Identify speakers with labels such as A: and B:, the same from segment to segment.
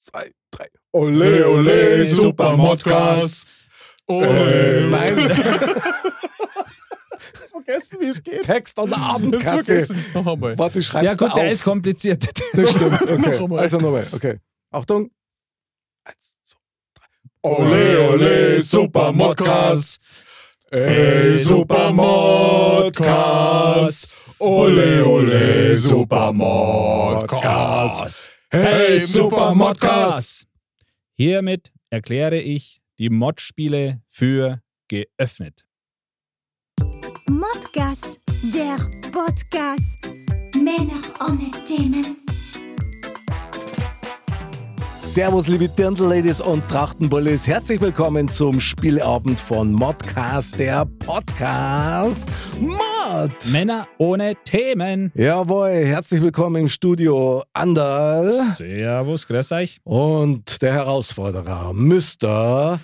A: zwei, drei.
B: Ole, ole, super Modcast.
A: Äh,
B: Vergessen, wie es geht.
A: Text an der Abendkasse.
B: Noch einmal.
A: Warte, schreibst
C: Ja gut,
A: auf.
C: der ist kompliziert.
A: Das stimmt. Okay.
B: Noch einmal.
A: also nochmal. Okay. Achtung. Eins, zwei, drei.
B: Ole, ole, super Modcast.
A: Äh,
B: Ey, super Modcast. Ole, ole, super Modcast. Hey, super Modcast.
C: Hiermit erkläre ich die Mod-Spiele für geöffnet.
D: Modcast, der Podcast. Männer ohne Themen.
A: Servus, liebe Dirndl-Ladies und Trachtenbullis. Herzlich willkommen zum Spieleabend von Modcast, der Podcast Mod.
C: Männer ohne Themen.
A: Jawohl, herzlich willkommen im Studio Anderl
C: Servus, grüß euch.
A: und der Herausforderer Mr.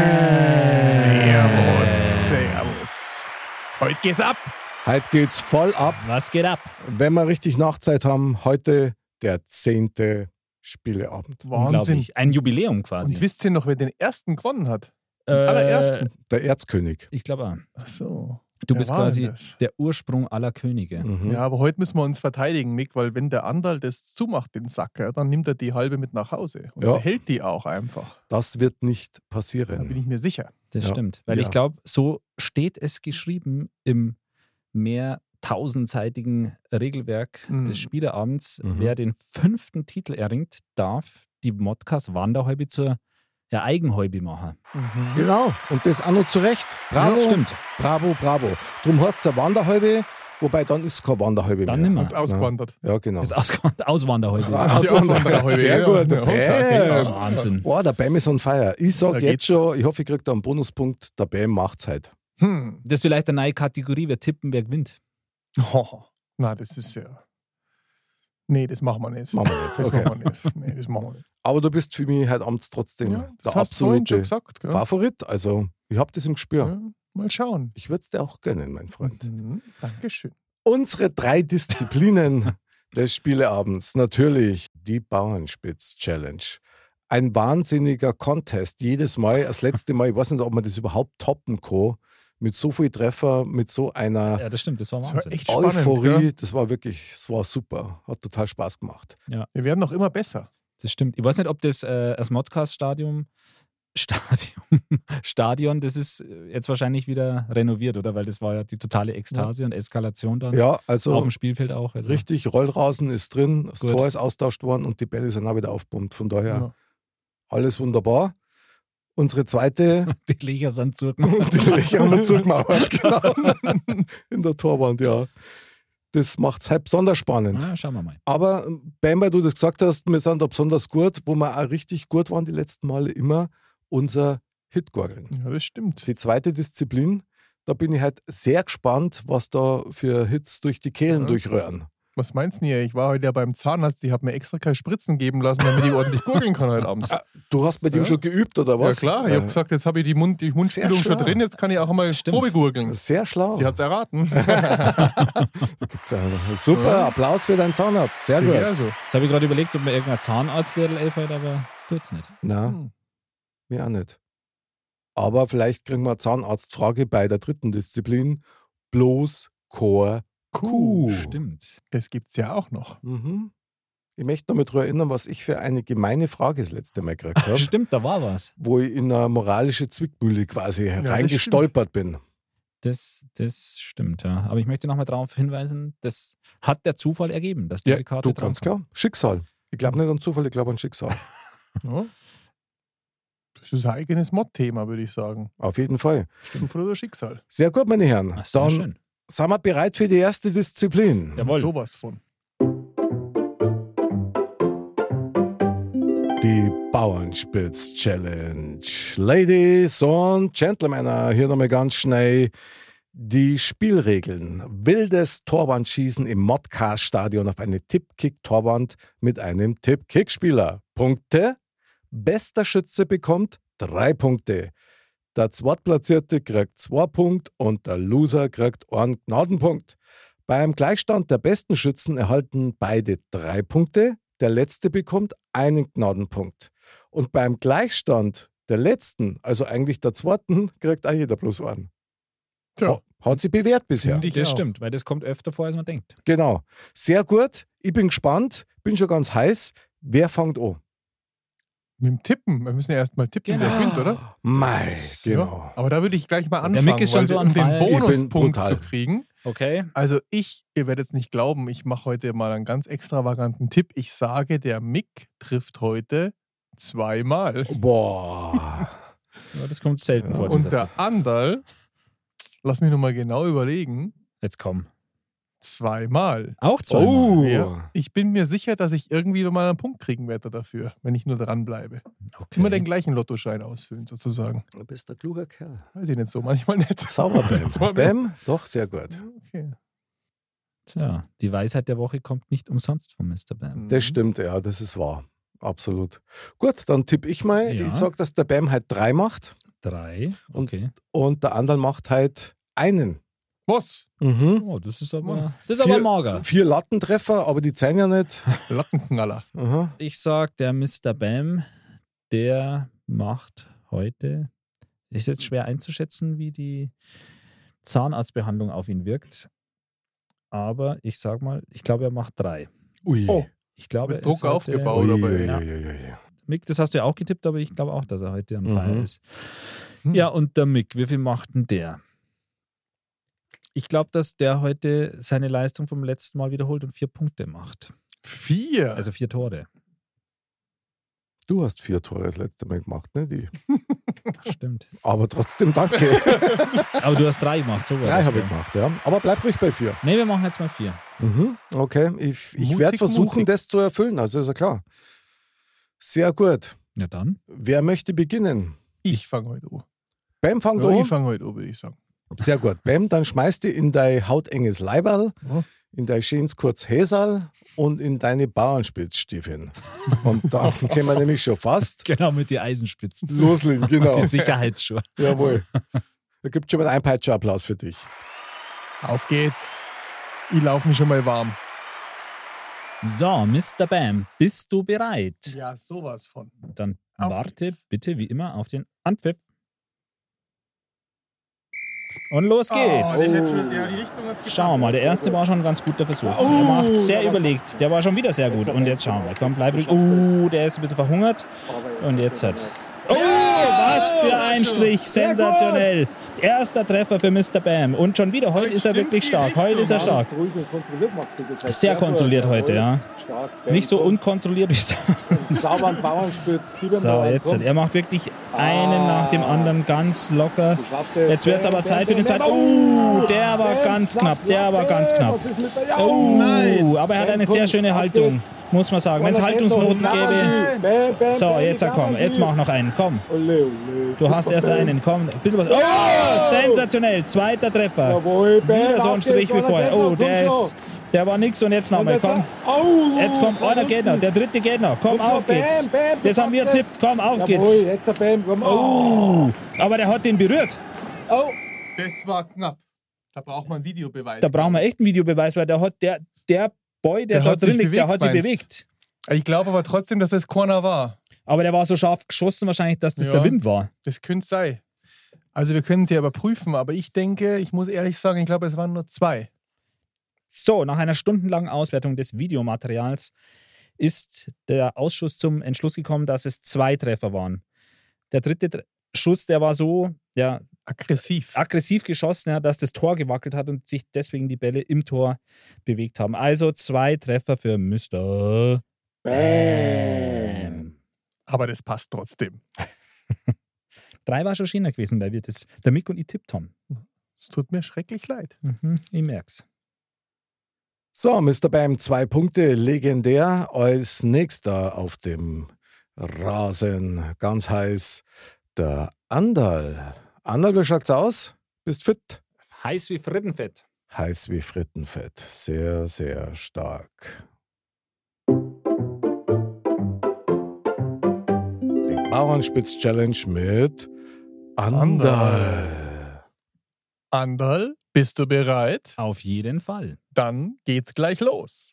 A: Äh.
B: Servus, servus. Heute geht's ab.
A: Heute geht's voll ab.
C: Was geht ab?
A: Wenn wir richtig Nachzeit haben, heute der zehnte Spieleabend.
B: Wahnsinn.
C: Unglaublich. Ein Jubiläum quasi.
B: Und wisst ihr noch, wer den ersten gewonnen hat?
C: äh,
B: allerersten.
A: Der Erzkönig.
C: Ich glaube auch.
B: Ach so.
C: Du
B: Wer
C: bist
B: war denn
C: quasi
B: das?
C: der Ursprung aller Könige.
A: Mhm.
B: Hm. Ja, aber heute müssen wir uns verteidigen, Mick, weil wenn der Andal das zumacht, den Sack, ja, dann nimmt er die halbe mit nach Hause und
A: Ja. Ähm.
B: behält die auch einfach.
A: Das wird nicht
B: Da bin
A: passieren.
B: ich mir sicher.
C: Das
A: Ja.
C: stimmt. Weil
A: Ja.
C: ich glaube, so steht es geschrieben im mehr tausendseitigen Regelwerk
B: Mhm.
C: des Spieleabends.
A: Mhm.
C: Wer den fünften Titel erringt, darf die Modcast Wanderhäubi zur ja, Eigenhäubi machen.
A: Genau, und das auch noch zu Recht. Bravo,
C: Ja, stimmt.
A: bravo, bravo. Drum heißt es eine Wanderhalbe, wobei dann ist es keine Wanderhalbe
C: Dann
A: mehr. ne?
C: nimmer.
B: Hat's ausgewandert.
A: Ja, genau.
C: Das Aus Auswanderhäubi ist.
A: Ah.
B: Die Auswandererhäube,
A: Sehr
B: ja.
A: gut. Ähm.
B: Ja,
A: Hey.
B: ja.
C: Wahnsinn.
A: Boah, der Bam ist on fire. Ich sag
B: Da
A: jetzt
B: geht's.
A: schon, ich hoffe, ich krieg da einen Bonuspunkt. Der Bam macht's halt.
B: Hm.
C: Das ist vielleicht eine neue Kategorie, wer tippen, wer gewinnt.
B: Oh, na, das ist ja. Nee, das machen wir nicht.
A: Machen wir nicht.
B: Das
A: Okay.
B: machen wir nicht. Nee, das machen wir nicht.
A: Aber du bist für mich heute Abend trotzdem
B: Ja, das
A: der
B: hast du vorhin schon
A: absolute
B: gesagt. Gell?
A: Favorit. Also, ich hab das im Gespür.
B: Ja, Mal schauen.
A: Ich würde es dir auch gönnen, mein Freund.
B: Mhm. Dankeschön.
A: Unsere drei Disziplinen des Spieleabends. Natürlich die Bauernspitz-Challenge. Ein wahnsinniger Contest. Jedes Mal, das letzte Mal, ich weiß nicht, ob man das überhaupt toppen kann, mit so viel Treffer, mit so einer
C: Ja, das stimmt, das war
B: Das
C: Wahnsinn.
B: war echt spannend.
A: Euphorie.
B: gell?
A: das war wirklich, es war super. Hat total Spaß gemacht.
B: Wir werden noch immer besser.
C: Das stimmt. Ich weiß nicht, ob das äh, das Modcast-Stadium, Stadium, Stadion, das ist äh, jetzt wahrscheinlich wieder renoviert, oder? Weil das war ja die totale Ekstase und Eskalation dann
A: Ja,
C: auf
A: also
C: dem Spielfeld auch. Also,
A: richtig, Rollrasen ist drin, das
C: Gut.
A: Tor ist austauscht worden und die Bälle sind auch wieder aufpumpt. Von daher
B: Ja.
A: alles wunderbar. Unsere zweite
C: Die Leger sind
A: Und die
C: zurückgemacht.
A: Löcher haben wir zugemauert, genau. In der Torwand, ja. Das macht es halt besonders spannend.
C: Ah, schauen wir mal.
A: Aber, ähm, Bam, weil du das gesagt hast, wir sind da besonders gut, wo wir auch richtig gut waren die letzten Male immer, unser Hitgorgeln.
B: ja, das stimmt.
A: Die zweite Disziplin, da bin ich halt sehr gespannt, was da für Hits durch die Kehlen
B: Ja.
A: durchröhren.
B: Was meinst du hier? Ich war heute ja beim Zahnarzt, die hat mir extra keine Spritzen geben lassen, damit ich ordentlich gurgeln kann heute abends.
A: Du hast bei dem
B: Ja.
A: schon geübt, oder
B: Ja
A: was? Äh,
B: klar, ich habe gesagt, jetzt habe ich die, Mund, die Mundspülung
A: schlau.
B: schon drin, jetzt kann ich auch einmal
C: Stimmt.
B: Probe gurgeln.
A: Sehr schlau.
B: hm. Sie hat es erraten.
A: Gibt's einen- Super,
B: Ja.
A: Applaus für deinen Zahnarzt. Sehr gut.
B: Ja, so.
C: Jetzt habe ich gerade überlegt, ob mir irgendein Zahnarztlehrl einfällt, aber tut's nicht.
A: Na,
B: Hm.
A: Mir auch nicht. Aber vielleicht kriegen wir eine Zahnarztfrage bei der dritten Disziplin. Bloß Chor Kuh.
C: Stimmt.
B: Das gibt's ja auch noch.
A: Mhm. Ich möchte noch mal daran erinnern, was ich für eine gemeine Frage das letzte Mal gekriegt habe,
C: Stimmt, da war was.
A: wo ich in eine moralische Zwickmühle quasi
B: das
A: reingestolpert bin.
C: Das, das stimmt, ja. Aber ich möchte nochmal darauf hinweisen, das hat der Zufall ergeben, dass diese
A: Ja,
C: Karte
A: du ganz
C: drauf
A: klar. Schicksal. Ich glaube nicht an Zufall, ich glaube an Schicksal.
B: Ja. ne? Das ist ein eigenes Mod-Thema, würde ich sagen.
A: Auf jeden Fall.
B: Zufall oder Schicksal.
A: Sehr gut, meine Herren.
C: war. Ach, sehr
A: Dann
C: schön.
A: sind wir bereit für die erste Disziplin.
C: Jawohl.
B: Sowas von.
A: Die Bauernspitz-Challenge. Ladies und Gentlemen, hier nochmal ganz schnell die Spielregeln. Wildes Torwandschießen im Modcast-Stadion auf eine Tippkick-Torwand mit einem Tippkick-Spieler. Punkte. Bester Schütze bekommt drei Punkte. Der Zweitplatzierte kriegt zwei Punkte und der Loser kriegt einen Gnadenpunkt. Beim Gleichstand der besten Schützen erhalten beide drei Punkte, Der Letzte bekommt einen Gnadenpunkt. Und beim Gleichstand der Letzten, also eigentlich der Zweiten, kriegt auch jeder plus einen.
B: Tja.
A: Ha- Hat sich bewährt bisher.
B: Finde ich
C: das
B: auch.
C: stimmt, weil das kommt öfter vor, als man denkt.
A: Genau. Sehr gut. Ich bin gespannt. Bin schon ganz heiß. Wer fängt an?
B: Mit dem Tippen. Wir müssen ja erstmal tippen,
C: Genau.
B: wer
A: Ah.
B: gewinnt, oder?
A: Mai,
B: Ja.
A: genau.
B: Aber da würde ich gleich mal anfangen,
C: Mick ist schon
B: weil
C: so
B: um
C: am
B: den
C: Fall. Ich
A: bin
B: Bonuspunkt
A: brutal.
B: zu kriegen.
C: Okay.
B: Also ich, ihr werdet es nicht glauben, ich mache heute mal einen ganz extravaganten Tipp. Ich sage, der Mick trifft heute zweimal.
A: Oh, Boah.
C: Ja, das kommt selten
A: Ja.
C: vor.
B: Und
C: dieser
B: der
C: Tipp.
B: Andal, lass mich nochmal genau überlegen,
C: Jetzt komm.
B: zweimal.
C: Auch zwei.
A: Oh.
B: Ja. Ich bin mir sicher, dass ich irgendwie mal einen Punkt kriegen werde dafür, wenn ich nur dranbleibe.
C: Okay.
B: Immer den gleichen Lottoschein ausfüllen, sozusagen.
A: Du bist ein kluger Kerl.
B: Weiß ich nicht so, manchmal nicht.
A: Sauber, Bam.
B: Sauber.
A: Bam, doch, sehr gut.
B: Okay.
C: Tja, die Weisheit der Woche kommt nicht umsonst von Mr.
B: Hm.
C: Bam.
B: Mhm.
A: Das stimmt, ja, das ist wahr. Absolut. Gut, dann tippe ich mal.
C: Ja.
A: Ich sag, dass der Bam halt drei macht
C: Drei.
A: Und-
C: Okay.
A: und der andere macht halt einen.
B: Was?
A: Mhm.
C: Oh, das ist aber,
B: Monst.
C: das ist aber
A: Vier-
C: mager.
A: Vier Lattentreffer, aber die zeigen ja nicht.
B: Lattenknaller.
A: Aha.
C: Ich sag, der Mr. Bam, der macht heute. Ist jetzt schwer einzuschätzen, wie die Zahnarztbehandlung auf ihn wirkt. Aber ich sag mal, ich glaube, er macht drei.
A: Ui.
B: Oh.
C: Ich glaube,
B: Mit
C: er ist
B: Druck
C: heute,
B: aufgebaut.
A: Ui,
B: Oder
A: ui,
B: bei-
A: ui,
C: Ja.
A: ui, ui.
C: Mick, das hast du ja auch getippt, aber ich glaube auch, dass er heute am
A: Mhm.
C: Feier ist.
B: Hm.
C: Ja, und der Mick, wie viel macht denn der? Ich glaube, dass der heute seine Leistung vom letzten Mal wiederholt und vier Punkte macht.
B: Vier.
C: Also vier Tore.
A: Du hast vier Tore das letzte Mal gemacht, ne? Die.
C: Stimmt.
A: Aber trotzdem danke.
C: Aber du hast drei gemacht, so war
A: Drei
C: das,
A: habe ich
C: ja.
A: gemacht, ja. Aber bleib ruhig bei vier.
C: Nee, wir machen jetzt mal vier.
A: Mhm. Okay, ich, ich
B: Mutig,
A: werde versuchen,
B: mutig.
A: das zu erfüllen, also ist ja klar. Sehr gut.
C: Ja, dann.
A: Wer möchte beginnen?
B: ich fange heute an.
A: Bam, fang
B: Ja,
A: an.
B: ich fange heute an, würde ich sagen.
A: Sehr gut. Bam, dann schmeißt du in dein hautenges Leiberl,
B: Ja.
A: in dein schönes Kurzhäserl und in deine Bauernspitzstiefeln. Und dann können wir nämlich schon fast
C: Genau, mit den Eisenspitzen.
A: loslegen, genau.
C: Die Sicherheitsschuhe.
A: Jawohl. Da gibt es schon mal einen Einpeitscher-Applaus für dich.
B: Auf geht's. Ich laufe mich schon mal warm.
C: So, Mr. Bam, bist du bereit?
B: Ja, sowas von.
C: Dann
B: Auf
C: warte
B: geht's.
C: bitte wie immer auf den Anpfiff. Und los
B: Oh,
C: geht's.
A: den-
C: Schauen wir mal, der erste war schon ein ganz guter Versuch.
B: Oh,
C: der macht sehr
A: aber-
C: überlegt. Der war schon wieder sehr gut.
A: Jetzt aber-
C: Und jetzt schauen wir. Komm, bleib ruhig.
A: Du schaffst
C: Uh, der ist ein bisschen verhungert. Und jetzt hat. Oh, was für ein Strich. Sensationell. Erster Treffer für Mr. Bam. Und schon wieder, heute
B: Heute
C: ist er
B: stimmt
C: wirklich
B: die
C: stark. Heute
B: Richtung,
C: ist er stark.
A: Ruhig und kontrolliert magst du das.
C: Sehr kontrolliert heute, ja.
A: Stark,
C: Nicht so unkontrolliert wie sonst.
A: Sauberen Bauernspitz. Gib
B: Genau,
C: So, jetzt. Er macht wirklich einen nach dem anderen ganz locker. Jetzt wird es aber Zeit für den zweiten. Oh, der war ganz knapp. Der war ganz knapp. Oh,
A: nein.
C: aber er hat eine
A: Bam,
C: sehr
A: komm,
C: schöne
A: auf
C: Haltung,
A: geht's.
C: muss man sagen. Wenn es Haltungsnoten gäbe.
A: gäbe.
C: So, jetzt komm, jetzt mach noch einen, komm. Du hast erst einen, komm. Ein bisschen was. Oh, sensationell, zweiter Treffer.
A: Jawohl, Bam,
C: Wieder so
A: auf
C: ein Strich
A: geht's,
C: wie vorher.
A: Donner
C: Oh, der
A: Gegner, komm
C: ist, der war nix und jetzt nochmal, komm.
A: Oh,
C: Jetzt kommt einer Gegner, der dritte Gegner. Komm, auf geht's. Das haben wir tippt, komm, auf geht's.
A: jetzt ein Bam, komm.
C: Oh, aber der hat den berührt.
B: Das war knapp. Da braucht man Videobeweis.
C: Da brauchen wir echt einen Videobeweis, weil der hat, der, der Boy, der,
B: Der
C: da
B: hat sich
C: drin liegt, der
B: bewegt,
C: hat sich
B: meinst?
C: bewegt.
B: Ich glaube aber trotzdem, dass das Corner war.
C: Aber der war so scharf geschossen wahrscheinlich, dass das
B: Ja.
C: der Wind war.
B: Das könnte sein. Also wir können sie aber prüfen, aber ich denke, ich muss ehrlich sagen, ich glaube, es waren nur zwei.
C: So, nach einer stundenlangen Auswertung des Videomaterials ist der Ausschuss zum Entschluss gekommen, dass es zwei Treffer waren. Der dritte Tre- Schuss, der war so ja,
B: Aggressiv.
C: aggressiv geschossen, ja, dass das Tor gewackelt hat und sich deswegen die Bälle im Tor bewegt haben. Also zwei Treffer für Mr. Bam.
B: aber das passt trotzdem.
C: Drei war schon schöner gewesen, weil wir das, der Mick und ich tippt haben.
B: Es tut mir schrecklich leid.
C: Mhm, ich merk's.
A: So, Mr. Bam, zwei Punkte, legendär. Als nächster auf dem Rasen, ganz heiß, der Andal. Andal, wie schaut's aus? Bist fit?
C: Heiß wie Frittenfett.
A: Heiß wie Frittenfett. Sehr, sehr stark. Die Bauernspitz-Challenge mit Andal.
B: Andal, bist du bereit?
C: Auf jeden Fall.
B: Dann geht's gleich los.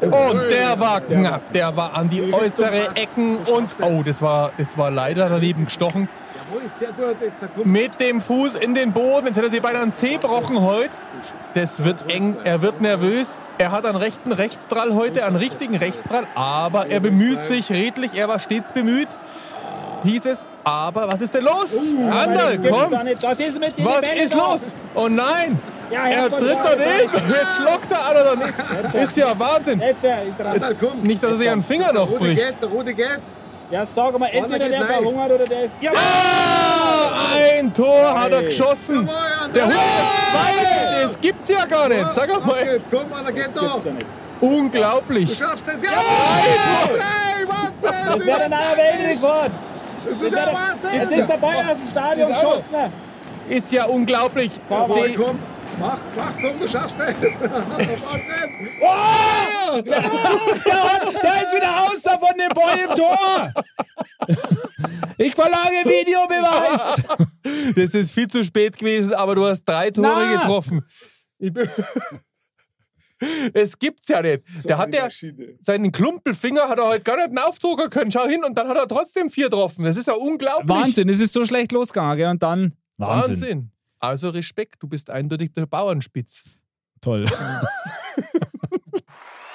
B: Und der war knapp. Der war an die äußere Ecken und. Oh, das war, das war leider daneben gestochen.
A: Jawohl, sehr gut. Jetzt kommt
B: Mit dem Fuß in den Boden. Jetzt hat er sich beinahe einen Zeh gebrochen heute. Das wird eng. Er wird nervös. Er hat einen rechten Rechtsdrall heute, einen richtigen Rechtsdrall. Aber er bemüht sich redlich. Er war stets bemüht. Hieß es. Aber was ist denn los? Anderl, komm.
E: Was ist mit den
B: Was
E: Bällen
B: ist
E: drauf?
B: los? Oh nein!
E: Ja,
B: Er
E: Herrgott,
B: tritt
E: ja,
B: dort
E: ja.
B: hin! Jetzt schluckt er an oder nicht? Ist ja Wahnsinn!
E: Jetzt, äh, dran.
B: Jetzt, nicht, dass er sich einen Finger noch
A: Rudi
B: bricht.
A: geht, der Rudi geht.
E: Ja, sag mal, entweder
A: geht
E: der
A: nein.
E: verhungert oder der ist. Ja,
B: Ah, ein Tor hat er geschossen! Der Hund ist Das gibt's ja gar nicht! Sag
A: Los
B: mal!
A: geht's, komm, Mann, da geht noch.
E: gibt's ja
A: Du
E: nicht.
B: Unglaublich!
A: schaffst es, ja!
B: Ein Tor.
A: Hey, Wahnsinn!
E: Das wäre ein neuer Weltrekord.
A: Das ist ja Wahnsinn!
E: Es ist dabei aus dem Stadion
B: Ist auch-
E: geschossen.
B: Ist ja unglaublich!
E: Jawohl,
B: Die-
A: Komm, mach, mach, komm, du schaffst es! Wahnsinn!
E: Oh!
B: Ah!
E: Da ist wieder außer von dem Boy im Tor. Ich verlange Videobeweis.
B: Das ist viel zu spät gewesen, aber du hast drei Tore
E: Na.
B: getroffen. Ich bin- Es gibt's ja nicht. der hat ja
A: Maschine.
B: seinen Klumpelfinger hat er heute gar nicht einen Aufdrucker können. Schau hin und dann hat er trotzdem vier getroffen. Das ist ja unglaublich.
C: Wahnsinn, es ist so schlecht losgegangen, gell? Und dann.
B: Wahnsinn. Also Respekt, du bist eindeutig der Bauernspitz.
C: Toll.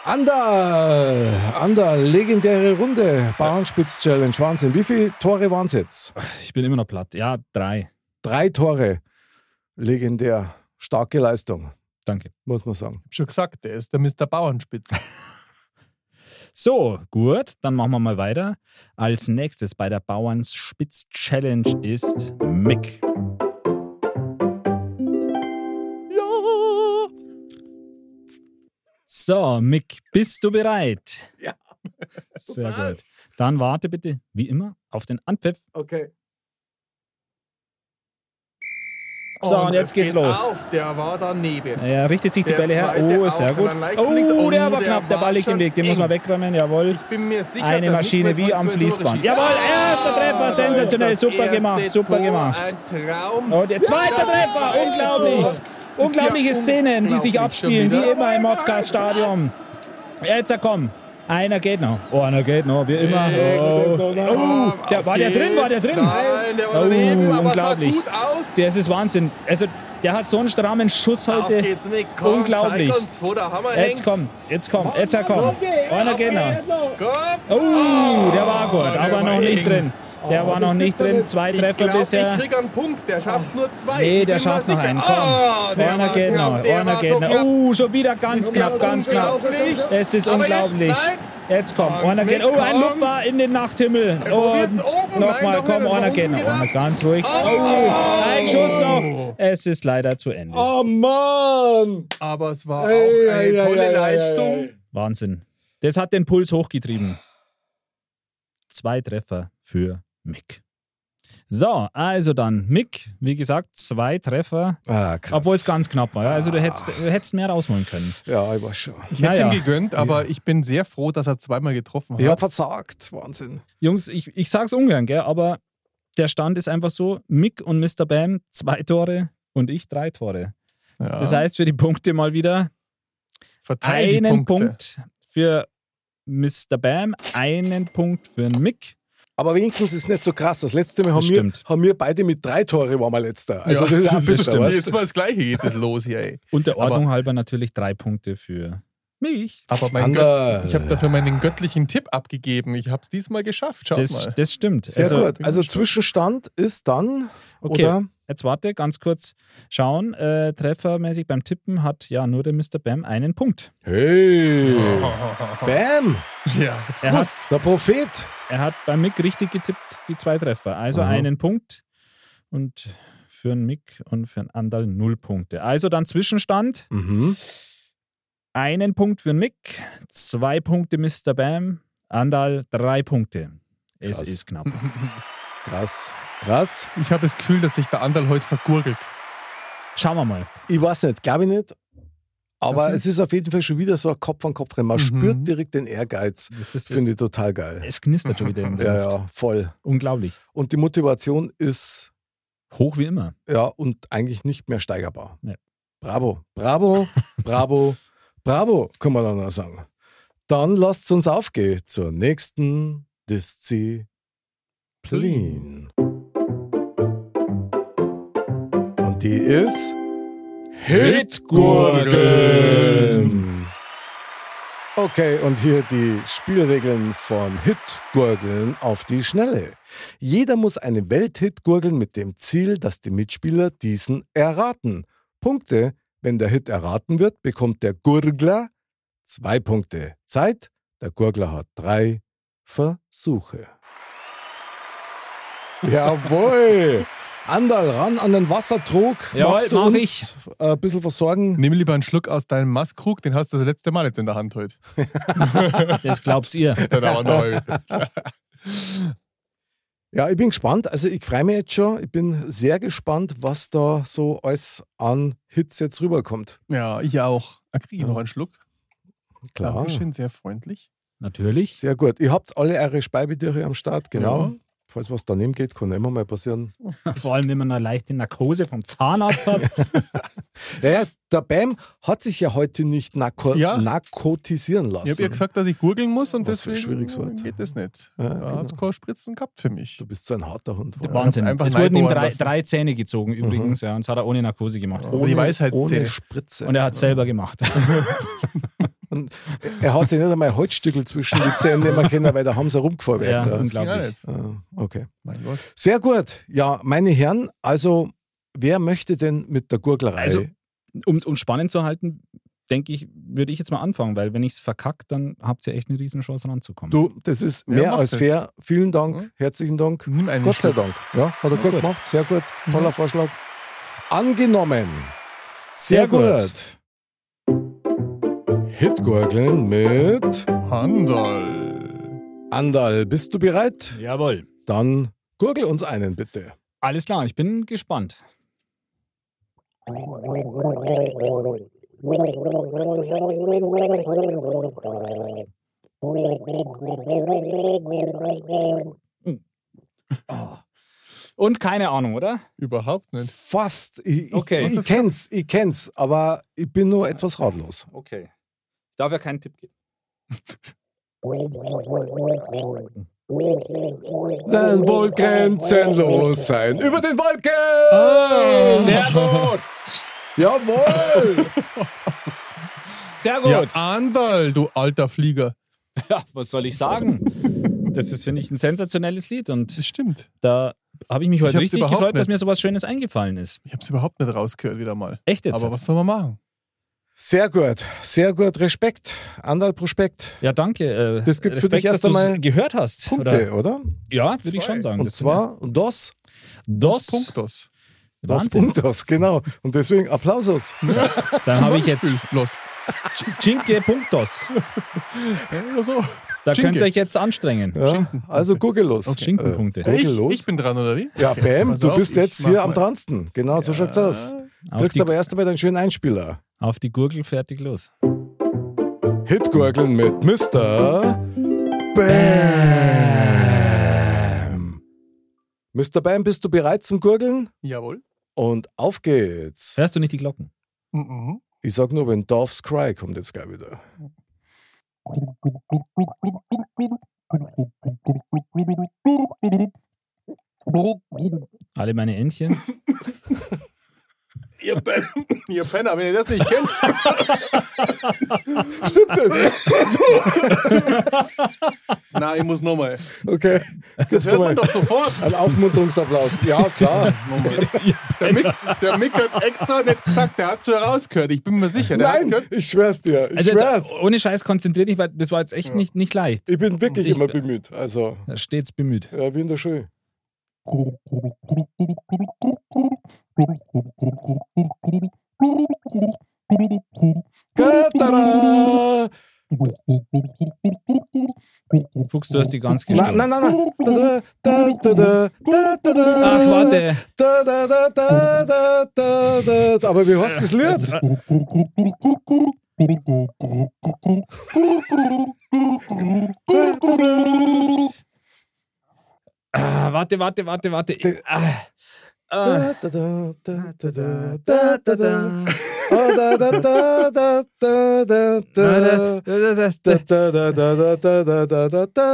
A: Ander, Ander, legendäre Runde, Bauernspitz-Challenge, Wahnsinn. Wie viele Tore waren es jetzt?
C: Ich bin immer noch platt. Ja, drei.
A: Drei Tore, legendär, starke Leistung,
C: Danke.
A: muss man sagen.
B: Ich hab schon gesagt, der ist der Mr. Bauernspitz.
C: So, gut, dann machen wir mal weiter. Als nächstes bei der Bauernspitz-Challenge ist Mick.
B: ja.
C: So, Mick, bist du bereit?
A: Ja.
C: Sehr
A: Total.
C: gut. Dann warte bitte, wie immer, auf den Anpfiff.
A: Okay.
C: So, und jetzt geht's los.
B: Auf, Oh, der war daneben.
C: Er richtet sich die
B: Der
C: Bälle her.
B: zweite
C: Oh,
B: auch,
C: sehr
B: aber
C: gut.
B: dann leicht links.
C: Oh,
B: Oh,
C: der war
B: der
C: knapp. Der
B: war
C: Ball liegt im
B: schon
C: Weg. Den
B: eng.
C: muss man wegräumen. Jawohl.
B: Bin mir sicher,
C: Eine
B: der
C: Maschine
B: Mick wird
C: wie
B: heute
C: am
B: zwei Tore
C: Fließband.
B: schießen.
C: Jawohl, erster Treffer.
B: Ah, da ist
C: Sensationell.
B: das
C: Super
B: erste
C: gemacht. Super
B: Tor,
C: gemacht.
B: Ein Traum.
C: Oh, der zweite
B: Das
C: Treffer.
B: zweite
C: Unglaublich.
B: Tor.
C: Unglaubliche
B: Ist ja
C: Szenen, die
B: unglaublich
C: sich
B: schon
C: abspielen,
B: wieder.
C: wie immer im Modcast-Stadion. Jetzt komm. Einer geht noch. Oh, einer geht noch. Wie immer. Oh, oh der,
B: Auf
C: war der drin? War der
B: geht's.
C: drin?
B: Nein, der war
C: Oh,
B: daneben, aber sah
C: unglaublich.
B: gut aus.
C: Das ist Wahnsinn. Also, der hat so einen strammen Schuss
B: Auf
C: heute.
B: geht's, Mick. Komm,
C: Unglaublich.
B: Zeig uns, wo der Hammer
C: Jetzt
B: hängt.
C: komm, jetzt komm, jetzt komm. Einer geht noch.
B: Komm.
C: Oh, der war gut,
B: der
C: aber
B: war Oh,
C: noch nicht
B: eng.
C: drin. Der war noch nicht drin. Zwei
B: Ich
C: Treffer
B: glaub, ich
C: bisher. Oh.
B: krieg einen Punkt. Der schafft nur zwei.
C: Nee,
B: Ich
C: der
B: bin
C: schafft
B: mir
C: noch
B: sicher.
C: einen.
B: Oh,
C: Komm,
B: der
C: einer
B: war
C: geht noch,
B: knapp, der
C: einer
B: war
C: geht
B: so
C: noch.
B: knapp.
C: Oh, schon wieder ganz knapp, ganz knapp.
B: Unglaublich.
C: Es ist
B: Aber jetzt
C: unglaublich.
B: nein.
C: Jetzt komm,
B: Komm,
C: einer geht.
B: Mick,
C: Oh, ein
B: komm.
C: Lupfer in den Nachthimmel.
B: probiert's
C: Und
B: oben.
C: nochmal,
B: Nein, doch nicht,
C: komm,
B: das war
C: einer
B: oben
C: geht noch.
B: gedacht.
C: Einer ganz ruhig. Oh,
B: Oh.
C: ein Schuss noch. Es ist leider zu Ende.
A: Oh Mann!
B: Aber es war auch
A: Ei,
B: eine
A: ei, ei,
B: tolle
A: ei,
B: Leistung.
A: ei,
C: Wahnsinn. Das hat den Puls hochgetrieben. Zwei Treffer für Mick. So, also dann Mick, wie gesagt, zwei Treffer,
A: ei. Ah, krass.
C: obwohl es ganz knapp war. ja. Also du hättest, du hättest mehr rausholen können.
A: Ja, ich war schon.
B: Ich hätte
C: Naja.
B: ihm gegönnt, aber ich bin sehr froh, dass er zweimal getroffen hat.
A: Ich hab versagt, Wahnsinn.
C: Jungs, ich, ich sag's ungern, gell, aber der Stand ist einfach so, Mick und Mr. Bam zwei Tore und ich drei Tore.
B: Ja.
C: Das heißt für die Punkte mal wieder
B: Verteil die
C: einen
B: Punkte.
C: Punkt für Mr. Bam, einen Punkt für Mick.
A: Aber wenigstens ist nicht so krass. Das letzte Mal haben,
C: Das
A: wir,
C: stimmt.
A: haben wir beide mit drei Tore waren wir letzter. Also das ist auch besser,
B: stimmt.
A: weißt
B: Jetzt
A: du?
B: mal das Gleiche geht es los hier, ey.
C: Und der Ordnung halber natürlich drei Punkte für mich.
B: Aber mein
A: Anderl.
B: Gott, ich habe dafür meinen göttlichen Tipp abgegeben. Ich habe es diesmal geschafft. Schaut
C: Das,
B: mal.
C: das stimmt.
A: Sehr
C: also,
A: gut. Also Zwischenstand ist dann,
C: Okay,
A: oder?
C: jetzt warte, ganz kurz schauen. Äh, treffermäßig beim Tippen hat ja nur der Mr. Bam einen Punkt.
A: Hey! Bam!
B: Ja,
C: Er hat,
A: Der Prophet!
C: er hat bei Mick richtig getippt, die zwei Treffer. Also
A: Aha.
C: einen Punkt und für den Mick und für den Andal null Punkte. Also dann Zwischenstand.
A: Mhm.
C: Einen Punkt für den Mick, zwei Punkte Mr. Bam, Andal drei Punkte. Es
A: Krass.
C: ist knapp.
A: Krass. Krass.
B: ich habe das Gefühl, dass sich der Anderl heute vergurgelt.
C: Schauen wir mal.
A: Ich weiß nicht, glaube ich nicht. Aber
B: Okay.
A: es ist auf jeden Fall schon wieder so ein Kopf an Kopf rennen. Man
B: Mhm.
A: spürt direkt den Ehrgeiz.
C: Das ist,
A: Finde ich total geil.
C: es knistert schon wieder in der
A: Ja,
C: Luft.
A: ja, voll.
C: Unglaublich.
A: Und die Motivation ist
C: Hoch wie immer.
A: ja und eigentlich nicht mehr steigerbar.
C: Nee.
A: Bravo, bravo, bravo, bravo, kann man dann auch sagen. Dann lasst uns aufgehen zur nächsten Disziplin. Und die ist Hitgurgeln. Okay, und hier die Spielregeln von Hitgurgeln auf die Schnelle. Jeder muss einen Welthit gurgeln mit dem Ziel, dass die Mitspieler diesen erraten. Punkte, wenn der Hit erraten wird, bekommt der Gurgler zwei Punkte. Zeit, der Gurgler hat drei Versuche. Jawohl! Andal, ran an den Wassertrog.
C: Jawohl,
A: Magst du
C: mach
A: uns
C: ich.
A: Ein bisschen versorgen.
B: Nimm lieber einen Schluck aus deinem Maßkrug, den hast du das letzte Mal jetzt in der Hand heute.
C: Das glaubt ihr.
B: Der Dauerneu.
A: Ja, ich bin gespannt. Also ich freue mich jetzt schon. Ich bin sehr gespannt, was da so alles an Hits jetzt rüberkommt.
B: ja, ich auch. Ah, Krieg ich noch einen Schluck?
A: Klar.
B: Dankeschön, sehr freundlich.
C: Natürlich.
A: Sehr gut. Ihr habt alle eure Speibetiere am Start, genau.
B: Ja.
A: Falls was daneben geht, kann immer mal passieren.
C: Vor allem, wenn man eine leichte Narkose vom Zahnarzt hat.
A: Ja, ja, der Bam hat sich ja heute nicht narko
B: Ja.
A: narkotisieren lassen.
B: Ich habe ihr gesagt, dass ich gurgeln muss und
A: Was für ein
B: deswegen
A: schwieriges Wort.
B: geht das nicht.
A: Ja,
B: Da hat's
A: genau.
B: keine Spritzen gehabt für mich.
A: du bist so ein harter Hund. Wahnsinn.
C: Wahnsinn.
B: einfach
C: Es wurden ihm
B: reinbohren
C: drei,
B: lassen.
C: drei Zähne gezogen übrigens, ja, und das hat er ohne Narkose gemacht.
A: Oh,
B: Aber die Weisheitszähne.
A: ohne Spritze.
C: Und er hat selber gemacht.
A: er hat sich nicht einmal Holzstückel zwischen die Zähne nehmen können, weil da haben sie rumgefahren.
C: ja,
A: werden.
B: Ging auch
C: unglaublich.
B: nicht.
A: Ah, okay.
B: Mein Gott.
A: Sehr gut. Ja, meine Herren, also wer möchte denn mit der Gurglerei?
C: Also- Um es spannend zu halten, denke ich, würde ich jetzt mal anfangen, weil wenn ich es verkackt, dann habt ihr echt eine Riesenchance ranzukommen.
A: du, das ist
B: Ja,
A: mehr
B: mach
A: als
B: das.
A: fair. Vielen Dank,
B: Ja.
A: herzlichen Dank.
B: Nimm einen
A: Gott sei
B: Schluck.
A: Dank. Ja, hat er gut,
C: Hm? gut. Mhm.
A: gemacht. Sehr gut. Toller Vorschlag. Angenommen.
C: Sehr gut.
A: Hitgurgeln mit
B: Handel.
A: Andal. Bist du bereit?
C: Jawohl.
A: Dann gurgel uns einen bitte.
C: Alles klar, ich bin gespannt. Und keine Ahnung, oder?
B: Überhaupt nicht.
A: Fast. Ich, ich,
C: Okay.
A: ich kenn's, ich kenn's, aber ich bin nur etwas ratlos.
C: Okay. Ich darf ja keinen Tipp geben.
A: Dann wohl grenzenlos sein. Über den
B: Ah.
A: Wolken!
C: Sehr gut!
A: Jawohl!
C: Sehr
B: Ja,
C: gut!
B: Andal, du alter Flieger.
C: Ja, was soll ich sagen? Das ist, finde ich, ein sensationelles Lied und
B: Das stimmt.
C: da habe ich mich heute
B: hab's
C: richtig
B: überhaupt
C: gefreut, dass
B: nicht.
C: mir sowas Schönes eingefallen ist.
B: Ich habe es überhaupt nicht rausgehört wieder mal.
C: Echt jetzt?
A: halt.
B: Aber was soll man machen?
A: Sehr gut, sehr gut. Respekt. Andal Prospekt.
C: Ja, danke. Äh,
A: Das gibt für dich erst
C: dass du's
A: einmal
C: gehört hast.
A: Punkte, oder?
C: Ja, würde ich schon sagen.
A: Und
C: Das sind
A: zwar das,
C: Dos,
B: Punktos.
A: das
C: Wahnsinn.
A: Punktos, genau. Und deswegen Applausus.
C: Dann
B: Zum
C: habe ich jetzt
B: Beispiel. Los.
C: Cinque Punktos.
A: Äh,
B: Ja, so.
C: Da
B: Cinque.
C: könnt ihr euch jetzt
A: Ja,
C: anstrengen.
A: Also google los.
C: Okay. Schinkenpunkte.
A: Äh, google
B: Ich,
A: los.
B: ich bin dran, oder wie?
A: ja, Bam,
B: pass
A: du
B: auf,
A: bist
B: ich
A: jetzt
B: mach
A: hier
B: mal.
A: am dransten. Genau, so schaut's aus.
C: Auf
A: Drückst
C: die,
A: aber erst einmal deinen schönen Einspieler.
C: auf die Gurgel fertig los.
A: Hitgurgeln mit Mr. Bam. Mr. Bam, bist du bereit zum Gurgeln?
B: Jawohl.
A: Und auf geht's.
C: Hörst du nicht die Glocken?
B: Mhm.
A: Ich sag nur, wenn Dorf's Cry kommt jetzt gleich wieder.
C: Alle meine Entchen.
B: Ihr, Pen ihr Penner, wenn ihr das nicht kennt.
A: Stimmt das?
B: Nein, ich muss nochmal.
A: Okay.
B: Das
A: Jetzt
B: hört man
A: kommen wir.
B: doch sofort.
A: Ein Aufmunterungsapplaus. Ja, klar.
B: Der Mick, der Mick hat extra nicht gesagt, der hat's schon rausgehört. Ich bin mir sicher. Der hat's
A: Nein,
B: gehört.
A: ich schwör's dir. Ich
C: Also
A: schwör's.
C: jetzt, ohne Scheiß konzentriert dich, weil das war jetzt echt nicht, nicht leicht.
A: Ich bin wirklich
C: Ich-
A: immer bemüht. Also,
C: Stets bemüht.
A: ja, wie in der Schule. Katara!
C: Fuchs, du hast die ganz
A: Na,
C: gestimmt.
A: na, na, na. Da, da, da, da, da, da, da.
C: Ach, warte.
A: Da, da, da, da, da, da, da. Aber wie heißt das Lied?
C: Ah, warte, warte, warte, warte. Ah, ah.
A: Da, da, da, da, da, da, da, da. Da, da, da, da, da, da, da. Da, da, da, da, da, da, da, da, da, da,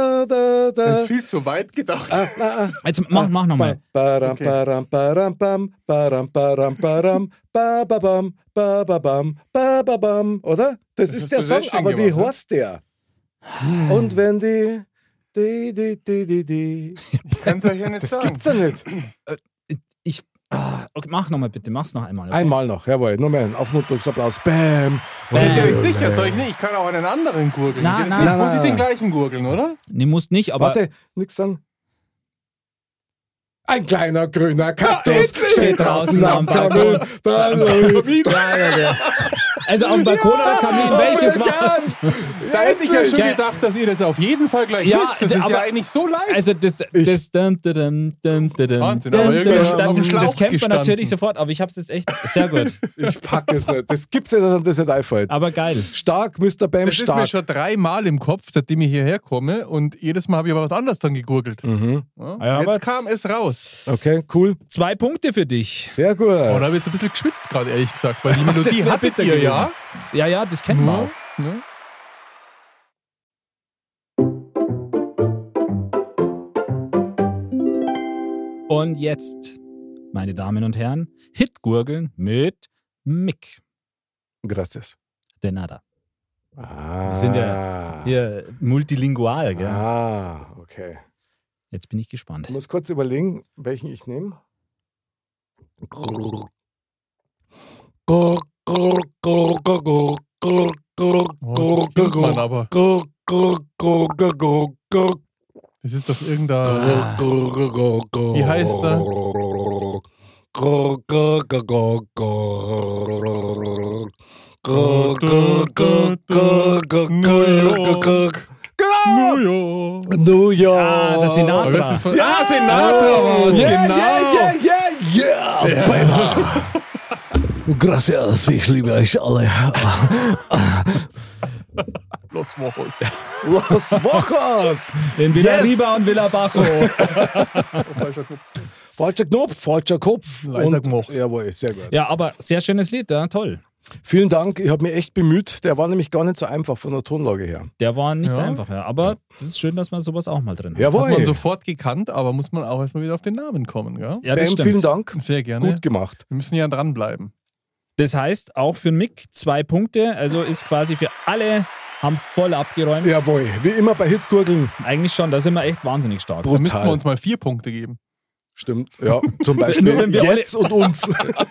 B: Das ist
A: da.
B: viel zu weit gedacht.
A: Äh. Ah, ah, ah.
C: Jetzt mach, mach nochmal.
A: Param,
B: Okay.
A: param, param, pam, param, param, param, ba, ba, bam, ba, ba, bam, ba, ba, bam. Oder? Das, ist
B: hast
A: der
B: du sehr
A: Song,
B: schön
A: aber wie
B: gemacht, ne?
A: heißt der? Und wenn die. Die, die, die, die, die.
B: Ich kann es euch ja nicht
A: Das
B: sagen.
A: gibt's ja nicht.
C: Ich, ah, okay, mach nochmal bitte, mach's noch einmal.
A: Einmal noch, jawohl, nochmal einen Aufmunterungsapplaus. Bam! Äh,
B: Seid ihr euch
A: Bam.
B: sicher? Soll ich nicht? Ich kann auch einen anderen gurgeln.
C: Na,
B: Geht das
C: na,
B: nicht?
A: na,
B: Muss
A: na,
B: ich den
A: na.
B: gleichen gurgeln, oder?
C: Nee, musst nicht, aber.
A: äh, Warte, nix sagen. Ein kleiner grüner Kaktus
C: endlich!
A: steht draußen am Kamin. Kamin.
C: Ah, Also am Balkon oder Kamin, welches
A: oh mein
C: war's?
B: Da hätte ich ja schon
C: Endlich!
B: gedacht, dass ihr das auf jeden Fall gleich
C: Ja,
B: wisst. Das ist ja
C: aber-
B: eigentlich so leicht.
C: Also das,
A: Ich-
C: das, dun, dun, dun, dun, dun, dun,
B: Wahnsinn,
C: dun,
B: aber irgendwie
C: dun,
B: schon auf dem
C: dun,
B: Schlauch
C: das kennt man
B: gestanden.
C: natürlich sofort, aber ich hab's jetzt echt sehr gut.
A: Ich pack es nicht. Das gibt's nicht, dass einem das nicht einfällt.
C: Aber geil.
A: Stark, Mr. Bam,
B: das ist mir
A: stark.
B: schon dreimal im Kopf, seitdem ich hierher komme. Und jedes Mal habe ich aber was anderes dann gegurgelt.
A: Mhm.
B: Ja,
C: Ja, aber-
B: Jetzt kam es raus.
A: Okay, cool.
C: Zwei Punkte für dich.
A: Sehr gut.
B: Oh, da habe ich jetzt ein bisschen geschwitzt gerade, ehrlich gesagt. Weil die Melodie
C: Äh. wär
B: hattet
C: bitter
B: ihr
C: gewesen.
B: ja.
C: Ja, ja, das kennt man.
B: Nur,
C: auch.
B: ne?
C: Und jetzt, meine Damen und Herren, Hitgurgeln mit Mick
A: Gracias.
C: de Nada.
A: Ah.
C: sind ja Hier, multilingual, gell?
A: Ah, okay.
C: Jetzt bin ich gespannt.
A: Ich muss kurz überlegen, welchen ich nehme.
B: Oh, das klingt man aber. Das ist doch irgendein.
C: Ah.
A: Wie
B: heißt er?
A: Genau!
B: Jojo.
A: New York!
C: Ah, das Sinatra.
B: Aber wer ist denn von-
A: Ja,
B: Ah, Sinatra war es,
A: yeah,
B: genau.
A: yeah, yeah, yeah, yeah, baby. Gracias, ich liebe euch alle.
B: Los, Mojos.
A: Los Wochos!
C: In Villa
A: Yes!
C: Riba und Villa Bajo.
A: Falscher Knopf, falscher Kopf.
B: Leiser gemacht.
A: Jawohl, sehr gut.
C: ja, aber sehr schönes Lied, ja, toll.
A: Vielen Dank, ich habe mich echt bemüht. Der war nämlich gar nicht so einfach von der Tonlage her.
C: Der war nicht
B: Ja.
C: einfach, ja. Aber es ist schön, dass man sowas auch mal drin hat.
A: Jawohl.
B: Hat man sofort gekannt, aber muss man auch erstmal wieder auf den Namen kommen, gell?
C: Ja, das
A: Bam,
C: stimmt.
A: vielen Dank.
B: Sehr gerne.
A: Gut gemacht.
B: Wir müssen ja dranbleiben.
C: Das heißt, auch für Mick zwei Punkte. Also ist quasi für alle, haben voll abgeräumt.
A: Jawohl, wie immer bei Hitgurgeln.
C: Eigentlich schon, da sind wir echt wahnsinnig stark.
A: Brutal.
B: Da müssten wir uns mal vier Punkte geben.
A: Stimmt, ja. Zum
C: Nur
A: Beispiel
C: wenn wir alle-
A: jetzt und uns.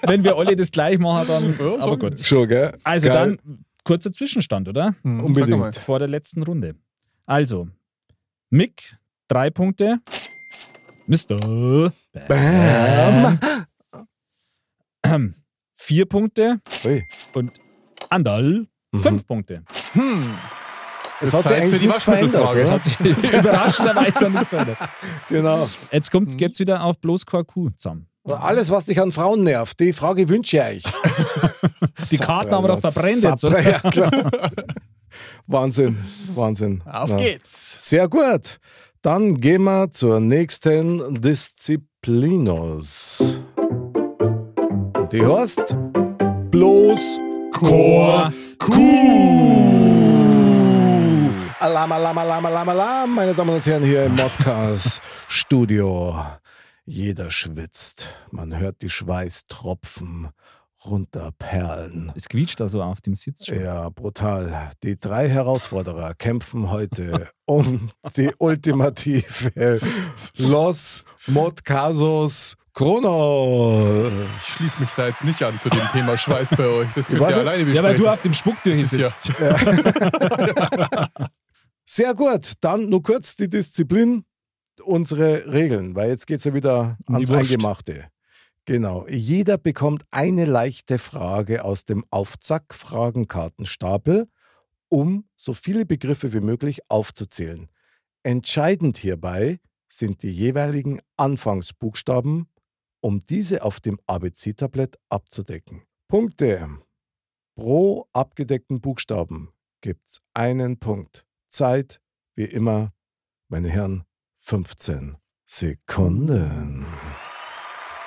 C: Wenn wir alle das gleich machen, dann.
B: Ja,
C: aber
B: schon.
C: gut.
A: Schon, gell?
C: Also
A: Geil.
C: dann kurzer Zwischenstand, oder?
B: Hm,
A: Unbedingt.
B: sag mal.
C: Vor der letzten Runde. Also, Mick, drei Punkte. Mr. Bam. Vier Punkte.
A: Ui.
C: Und Andal, fünf
B: Mhm.
C: Punkte.
B: Hm.
A: Es hat
B: Zeit
A: sich
B: für
A: eigentlich
B: die
A: nichts verändert,
B: Waschmittelfrage.
A: gell?
C: Das hat sich jetzt überraschenderweise noch nichts verändert.
A: Genau.
C: Jetzt kommt
B: Mhm.
C: es geht's wieder auf bloß Quarku zusammen.
A: Alles, was dich an Frauen nervt, die Frage wünsche ich euch.
C: Die Karten haben wir doch verbrennt jetzt,
A: Sapper,
C: oder?
A: ja, klar. Wahnsinn, Wahnsinn.
B: Auf
A: Ja.
B: geht's.
A: Sehr gut. Dann gehen wir zur nächsten Disziplinos. Die heißt bloß Chor Kuh. Alarm, Alarm, Alarm, Alarm, Alarm, meine Damen und Herren, hier im Modcast Studio. Jeder schwitzt. Man hört die Schweißtropfen runterperlen.
C: Es quietscht da so auf dem Sitz schon.
A: Ja, brutal. Die drei Herausforderer kämpfen heute um die ultimative Los Modcasos Kronos.
B: Ich schließe mich da jetzt nicht an zu dem Thema Schweiß bei euch. Das könnt
A: weiß
B: ihr
A: nicht.
B: alleine
C: Ja, weil
B: besprechen.
C: du auf dem Spuckdürchen
B: Das ist ja-
C: sitzt.
A: Sehr gut. Dann nur kurz die Disziplin, unsere Regeln, weil jetzt geht es ja wieder
C: Um die
A: ans
C: Wurst.
A: Eingemachte. Genau. Jeder bekommt eine leichte Frage aus dem Aufzack-Fragenkartenstapel, um so viele Begriffe wie möglich aufzuzählen. Entscheidend hierbei sind die jeweiligen Anfangsbuchstaben, um diese auf dem ABC-Tablett abzudecken. Punkte. Pro abgedeckten Buchstaben gibt's einen Punkt. Zeit, wie immer, meine Herren, 15 Sekunden.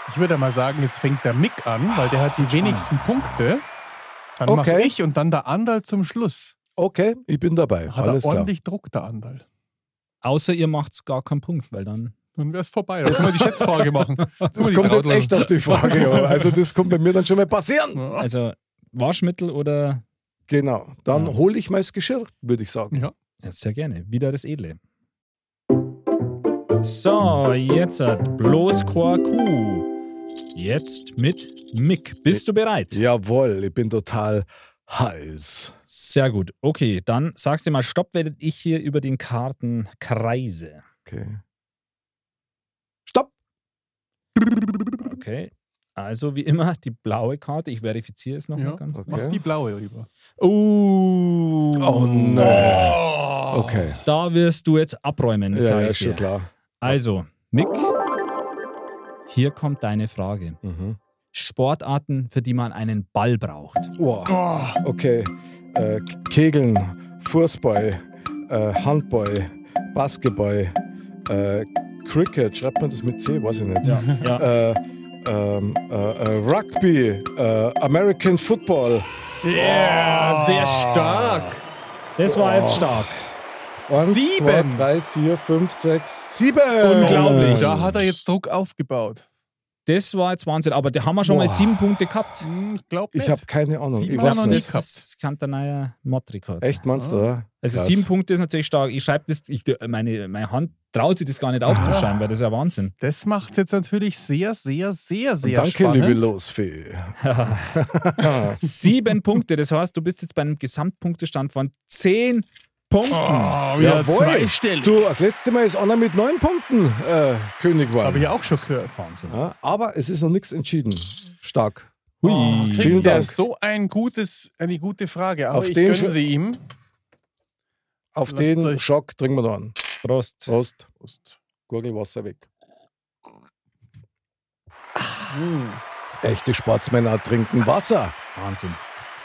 B: Ich würde mal sagen, jetzt fängt der Mick an, weil der hat die wenigsten Punkte. Dann mache
A: Okay.
B: ich und dann der Andal zum Schluss.
A: Okay, ich bin dabei.
B: Hat
A: Alles
B: er
A: klar.
B: ordentlich Druck, der Andal.
C: Außer ihr macht's gar keinen Punkt, weil dann.
B: Dann wäre es vorbei. Dann können wir die Schätzfrage machen.
A: Das kommt jetzt echt auf die Frage. ja. Also das kommt bei mir dann schon mal passieren.
B: Ja.
C: Also Waschmittel oder.
A: Genau. Dann
C: Ja.
A: hole ich mal das Geschirr, würde ich sagen.
B: Ja.
C: Ja, sehr gerne. Wieder das Edle. So, jetzt hat bloß Quarku. Jetzt mit Mick. Bist du bereit?
A: Jawohl, ich bin total heiß.
C: Sehr gut. Okay, dann sagst du mal Stopp, während ich hier über den Karten kreise.
A: Okay. Stopp!
C: Okay. Also wie immer die blaue Karte. Ich verifiziere es nochmal
B: Ja,
C: ganz
A: okay.
B: Mach die blaue lieber.
C: Oh,
A: Oh nein. Okay.
C: Da wirst du jetzt abräumen,
A: Ja,
C: sag
A: ja,
C: ich
A: ist schon
C: dir.
A: klar.
C: Also, Mick, hier kommt deine Frage.
A: Mhm.
C: Sportarten, für die man einen Ball braucht.
A: Wow.
B: Oh.
A: Okay. Äh, Kegeln, Fußball, äh, Handball, Basketball, äh, Cricket, schreibt man das mit C? Weiß ich nicht.
C: Ja.
A: Äh, ähm, äh, äh, Rugby, äh, American Football.
B: Yeah, Ah, sehr stark.
C: Das war jetzt stark.
A: Eins,
B: Sieben.
A: Zwei, drei, vier, fünf, sechs, sieben.
C: Unglaublich.
B: Da hat er jetzt Druck aufgebaut.
C: Das war jetzt Wahnsinn. Aber da haben wir schon mal
A: Boah.
C: sieben Punkte gehabt.
B: Hm, Ich glaube nicht.
A: Ich habe keine Ahnung.
B: Sieben
A: Ich
B: haben
A: weiß
B: wir noch
A: nicht.
B: nicht.
C: Das ist Kantanaya Mod-Rekord.
A: Echt, meinst du,
B: Ah.
A: oder?
C: Also
A: Krass.
C: sieben Punkte ist natürlich stark. Ich schreibe das, ich, meine, meine Hand traut sich das gar nicht aufzuschreiben, weil das ist ja Wahnsinn.
B: Das macht jetzt natürlich sehr, sehr, sehr, sehr
A: Danke,
B: spannend.
A: liebe Losfee.
C: Sieben Punkte, das heißt, du bist jetzt bei einem Gesamtpunktestand von zehn Punkten.
B: Oh, wieder
A: Jawohl.
B: zweistellig.
A: Du, das letzte Mal ist Anna mit neun Punkten äh, König geworden.
B: Habe ich auch schon gehört.
C: Wahnsinn.
A: Ja, aber es ist noch nichts entschieden. Stark.
C: Hui.
A: Vielen
B: Kriegt er
A: Dank.
B: So ein gutes, eine gute Frage. Aber
A: Auf
B: ich
A: den
B: gönne
A: Sch-
B: sie ihm.
A: Auf
B: Lasst
A: den
B: euch-
A: Schock trinken wir noch an.
C: Prost.
A: Prost. Gurgelwasser weg.
B: Hm.
A: Echte Sportsmänner trinken Wasser.
C: Wahnsinn.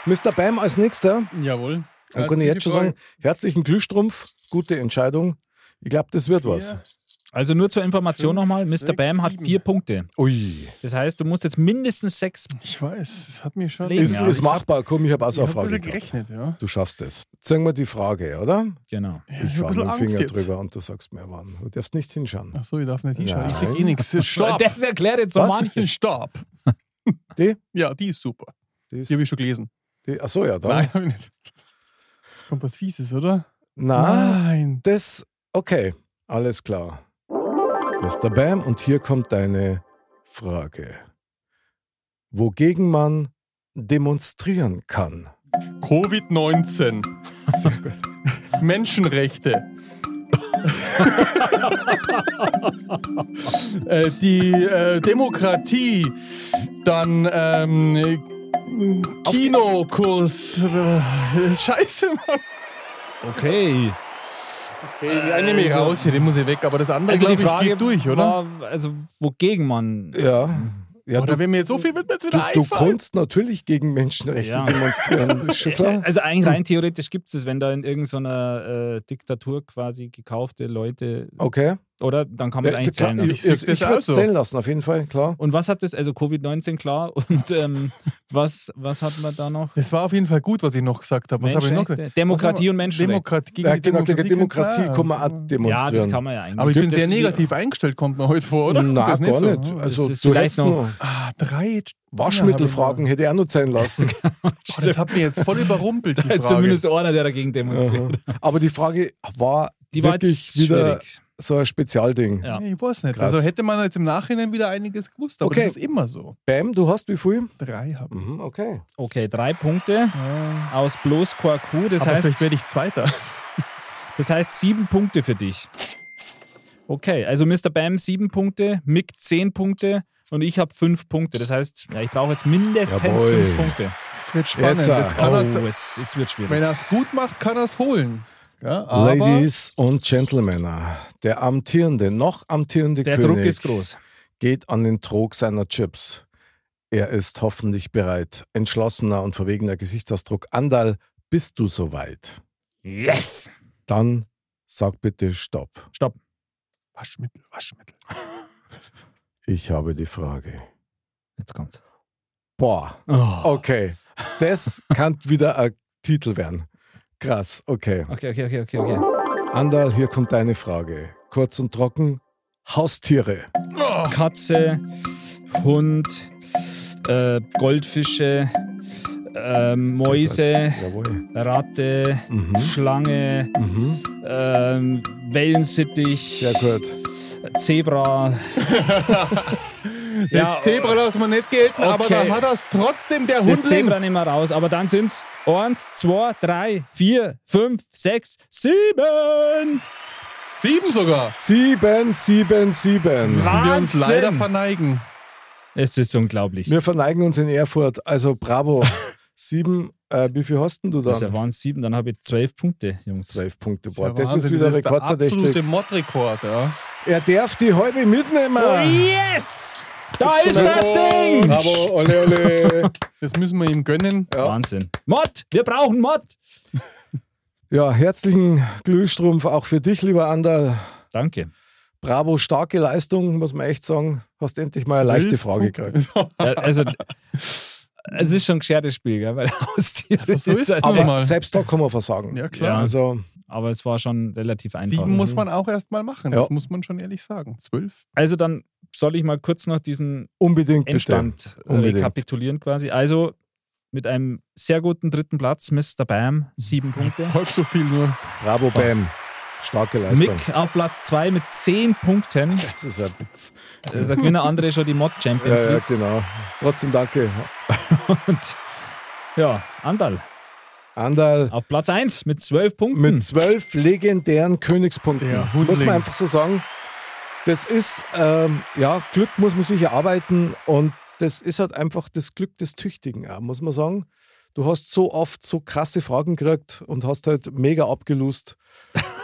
A: Mr. Bam als nächster.
B: Jawohl.
A: Dann kann ich
B: Also,
A: jetzt schon sagen, herzlichen Glühstrumpf, gute Entscheidung. Ich glaube, das wird was.
C: Also nur zur Information
B: Fünf,
C: nochmal,
B: sechs,
C: Mr. Bam hat
B: sieben.
C: vier Punkte.
A: Ui,
C: Das heißt, du musst jetzt mindestens sechs.
B: Ich weiß, es hat mir schon.
C: Legen,
A: ist,
C: Ja,
A: ist machbar. Komm, ich habe auch
B: Ich
A: so eine
B: hab ein
A: Frage.
B: bisschen
A: gehabt.
B: gerechnet, ja.
A: Du schaffst es. Zeig mal die Frage, oder?
C: Genau.
A: Ich
B: hab
A: fahre
B: ein
A: mit dem Finger
B: bisschen Angst jetzt.
A: drüber und du sagst mir wann. Du darfst nicht hinschauen.
B: Achso, ich darf nicht hinschauen. Ich sehe
A: Nein.
B: eh nichts. Stopp.
C: Das erklärt jetzt so
A: Was?
C: manches.
B: Stopp.
A: Die?
B: Ja, die ist super.
A: Die ist,
B: Die habe ich schon gelesen.
A: die, ach so, ja, da.
B: Nein, habe ich nicht. Kommt was Fieses, oder?
A: Na,
B: Nein.
A: das, okay, alles klar. Mr. Bam, und hier kommt deine Frage. Wogegen man demonstrieren kann.
B: Covid-19. Menschenrechte. äh, die äh, Demokratie. Dann ähm, äh, Kinokurs. Äh, Scheiße, Mann.
C: Okay.
B: Okay, den nehme Äh, ich
C: Also-
B: raus hier, den muss ich weg. Aber das andere, glaube Also ich, geht durch, oder?
C: war, also wogegen man.
A: Ja, ja
B: Oder
A: du,
B: wenn mir jetzt so viel wird, mir jetzt
A: du,
B: wieder
A: du
B: einfallen.
A: kannst natürlich gegen Menschenrechte
C: Ja.
A: demonstrieren, ist schon klar.
C: Also eigentlich rein theoretisch gibt es es, wenn da in irgendeiner äh, Diktatur quasi gekaufte Leute,
B: Oh.
A: Okay.
C: oder? Dann kann man
A: Ja,
C: es Also
B: Äh,
C: eigentlich zählen
A: klar,
C: lassen.
A: ich
B: Ich
A: ich,
B: sehe
A: ich
B: das
A: würde
B: auch so.
A: zählen lassen, auf jeden Fall, klar.
C: Und was hat das, also Covid-19, klar, und ähm, was, was hat man da noch?
B: Das war auf jeden Fall gut, was ich noch gesagt habe. Was habe ich noch gesagt?
C: Menschenrechte? Demokratie
B: Was
C: und
B: haben wir-
C: Menschenrechte.
B: Demokratie gegen
A: Ja,
B: die
A: genau, gegen Demokratie
B: kannst du-
A: kann man auch
C: ja, das
A: demonstrieren.
C: kann man ja eigentlich.
B: Aber ich bin
C: Das-
B: sehr negativ eingestellt, kommt mir heute vor, oder?
A: Nein,
B: Das ist
A: gar
B: so.
A: nicht.
B: Ah,
A: Also,
C: ist
A: du
C: vielleicht
A: hättest
C: noch-
A: noch
B: Ah, drei
A: Waschmittelfragen
B: Ja,
A: hätte ich auch noch zählen lassen.
B: hab ich noch. Oh, das hat mich jetzt voll überrumpelt, die Frage.
C: Zumindest einer, der dagegen demonstriert.
A: Aha. Aber die Frage war
C: Die war
A: wirklich
C: jetzt
A: wieder
C: schwierig.
A: so ein Spezialding.
C: Ja.
B: Ich weiß nicht.
A: Krass.
B: Also hätte man jetzt im Nachhinein wieder einiges gewusst, aber
A: Okay.
B: das ist immer so.
A: Bam, du hast wie viel?
B: Drei haben.
A: Mhm, okay.
C: Okay, drei Punkte
B: Ah.
C: aus bloß Quarku. Das
B: aber vielleicht
C: heißt,
B: werde ich Zweiter.
C: das heißt sieben Punkte für dich. Okay, also Mr. Bam sieben Punkte, Mick zehn Punkte und ich habe fünf Punkte. Das heißt, ja, ich brauche jetzt mindestens
A: Jawohl.
C: fünf Punkte.
B: Das wird spannend. Jetzt,
A: Jetzt, ah.
B: kann
C: oh,
B: er's,
C: jetzt, jetzt wird schwierig.
B: wenn er es gut macht, kann er es holen. Ja, aber
A: Ladies und Gentlemen, der amtierende, noch amtierende
C: Der
A: König
C: Druck ist groß.
A: geht an den Trog seiner Chips. Er ist hoffentlich bereit. Entschlossener und verwegener Gesichtsausdruck. Andal, bist du soweit?
C: Yes!
A: Dann sag bitte Stopp.
C: Stopp.
B: Waschmittel, Waschmittel.
A: Ich habe die Frage.
C: Jetzt kommt's.
A: Boah,
C: Oh.
A: okay. Das kann wieder ein Titel werden. Krass, okay.
C: Okay, okay, okay, okay, okay.
A: Andal, hier kommt deine Frage. Kurz und trocken. Haustiere.
C: Katze, Hund, äh, Goldfische, ähm, Mäuse,
A: Sehr gut. Jawohl.
C: Ratte, Schlange,
A: Mhm.
C: ähm, Wellensittich,
A: Sehr gut.
C: Zebra.
B: das Zebra lassen wir nicht gelten, aber
C: Okay.
B: dann hat das trotzdem der
C: Das
B: Hund
C: Zebra nicht mehr raus, aber dann sind's eins, zwei, drei, vier, fünf, sechs, sieben.
B: Sieben sogar.
A: Sieben, sieben, sieben.
B: Müssen wir uns
C: Wahnsinn.
B: leider verneigen.
C: Es ist unglaublich.
A: Wir verneigen uns in Erfurt. Also bravo. Sieben, äh, wie viel hast denn du
C: Das
A: da?
C: waren sieben, dann habe ich zwölf Punkte, Jungs.
A: Zwölf Punkte.
B: ja
A: Boah, das ist
B: Wahnsinn,
A: wieder
B: der absolute
A: rekordverdächtig.
B: Modrekord, ja.
A: Er darf die halbe mitnehmen.
C: Oh yes! Da ist das Ding!
A: Bravo, ole, ole.
B: Das müssen wir ihm gönnen.
A: Ja.
C: Wahnsinn. Mod! Wir brauchen Mod!
A: Ja, herzlichen Glühstrumpf auch für dich, lieber Andal.
C: Danke.
A: Bravo, starke Leistung, muss man echt sagen. Hast endlich mal eine
B: Zwölf
A: leichte Frage gekriegt.
C: Ja, Also, es ist schon ein geschertes Spiel, gell? Weil Haustiere
B: so ist es
C: halt-
B: nun
A: Aber
B: mal.
A: selbst da kann man versagen.
B: Ja, klar.
A: Also,
C: Aber es war schon relativ einfach. Mhm.
B: Sieben muss man auch erstmal machen.
A: Ja.
B: Das muss man schon ehrlich sagen. Zwölf.
C: Also, dann soll ich mal kurz noch diesen
A: unbedingt bitte.
C: Endstand äh,
A: Unbedingt.
C: rekapitulieren quasi. Also, mit einem sehr guten dritten Platz, Mr. Bam, sieben
A: Mhm.
C: Punkte.
B: Halb so viel nur.
A: Bravo, Bam. Starke Leistung.
C: Mick auf Platz zwei mit zehn Punkten.
A: Das ist ein Witz.
C: Also, da gewinnen andere schon die Mod Champions
A: Ja, ja,
C: League.
A: genau. Trotzdem danke.
C: Und ja, Andal
A: Andal
C: auf Platz 1 mit 12 Punkten.
A: mit zwölf legendären Königspunkten.
B: Ja,
A: muss
B: Hundling.
A: man einfach so sagen. Das ist, ähm, ja, Glück muss man sich erarbeiten und das ist halt einfach das Glück des Tüchtigen, auch, muss man sagen. Du hast so oft so krasse Fragen gekriegt und hast halt mega abgelust.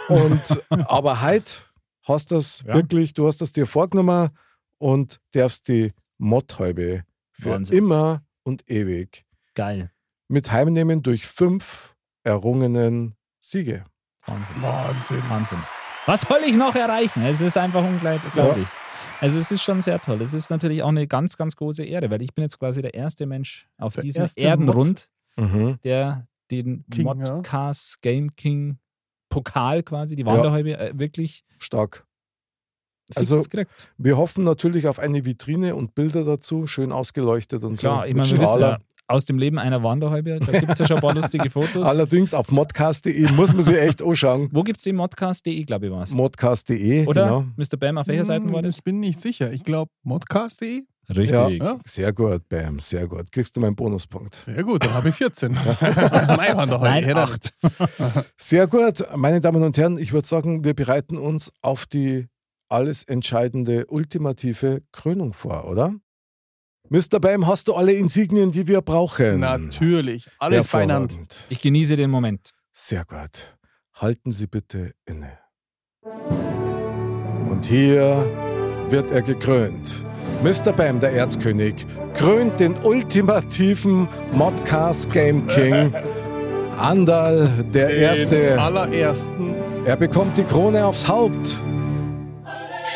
A: Und, aber heute hast du das
C: Ja.
A: wirklich, du hast das dir vorgenommen und darfst die Motthäube für
C: Wahnsinn.
A: immer und ewig
C: Geil.
A: mit heimnehmen durch fünf errungenen Siege.
C: Wahnsinn.
B: Wahnsinn.
C: Wahnsinn. Was soll ich noch erreichen? Es ist einfach unglaublich. Also es ist schon sehr toll. Es ist natürlich auch eine ganz, ganz große Ehre, weil ich bin jetzt quasi der erste Mensch auf
B: Der
C: diesem
B: erste
C: Erdenrund,
A: Mhm.
C: der den
B: King, ja.
C: Modcast Game King Pokal quasi, die
A: Ja.
C: Wanderhäube, äh, wirklich
A: Stark.
C: fix
A: Also,
C: gekriegt.
A: Wir hoffen natürlich auf eine Vitrine und Bilder dazu, schön ausgeleuchtet und
C: Klar,
A: so.
C: ich
A: mit
C: meine, wir wissen ja,
A: Strahler.
C: aus dem Leben einer Wanderhäube, da gibt es ja schon ein paar lustige Fotos.
A: Allerdings auf modcast.de muss man sich echt anschauen.
C: Wo gibt es den Modcast.de, glaube ich, war es?
A: Modcast.de,
C: Oder,
A: genau.
C: Mr. Bam, auf welcher Seite war das?
B: Ich Hm, bin nicht sicher. Ich glaube, modcast.de.
A: Richtig.
B: Ja.
A: Sehr gut, Bam, sehr gut. Kriegst du meinen Bonuspunkt.
B: Sehr gut, dann habe ich 14. Nein, Mann, doch,
C: Nein,
B: hätte er-
C: acht.
A: Sehr gut, meine Damen und Herren, ich würde sagen, wir bereiten uns auf die alles entscheidende, ultimative Krönung vor, oder? Mr. Bam, hast du alle Insignien, die wir brauchen?
B: Natürlich. Alles beieinander.
A: Hervorragend.
C: Ich genieße den Moment.
A: Sehr gut. Halten Sie bitte inne. Und hier wird er gekrönt. Mr. Bam, der Erzkönig, krönt den ultimativen Modcast Game King. Andal, der
B: Den
A: Erste.
B: allerersten
A: Er bekommt die Krone aufs Haupt.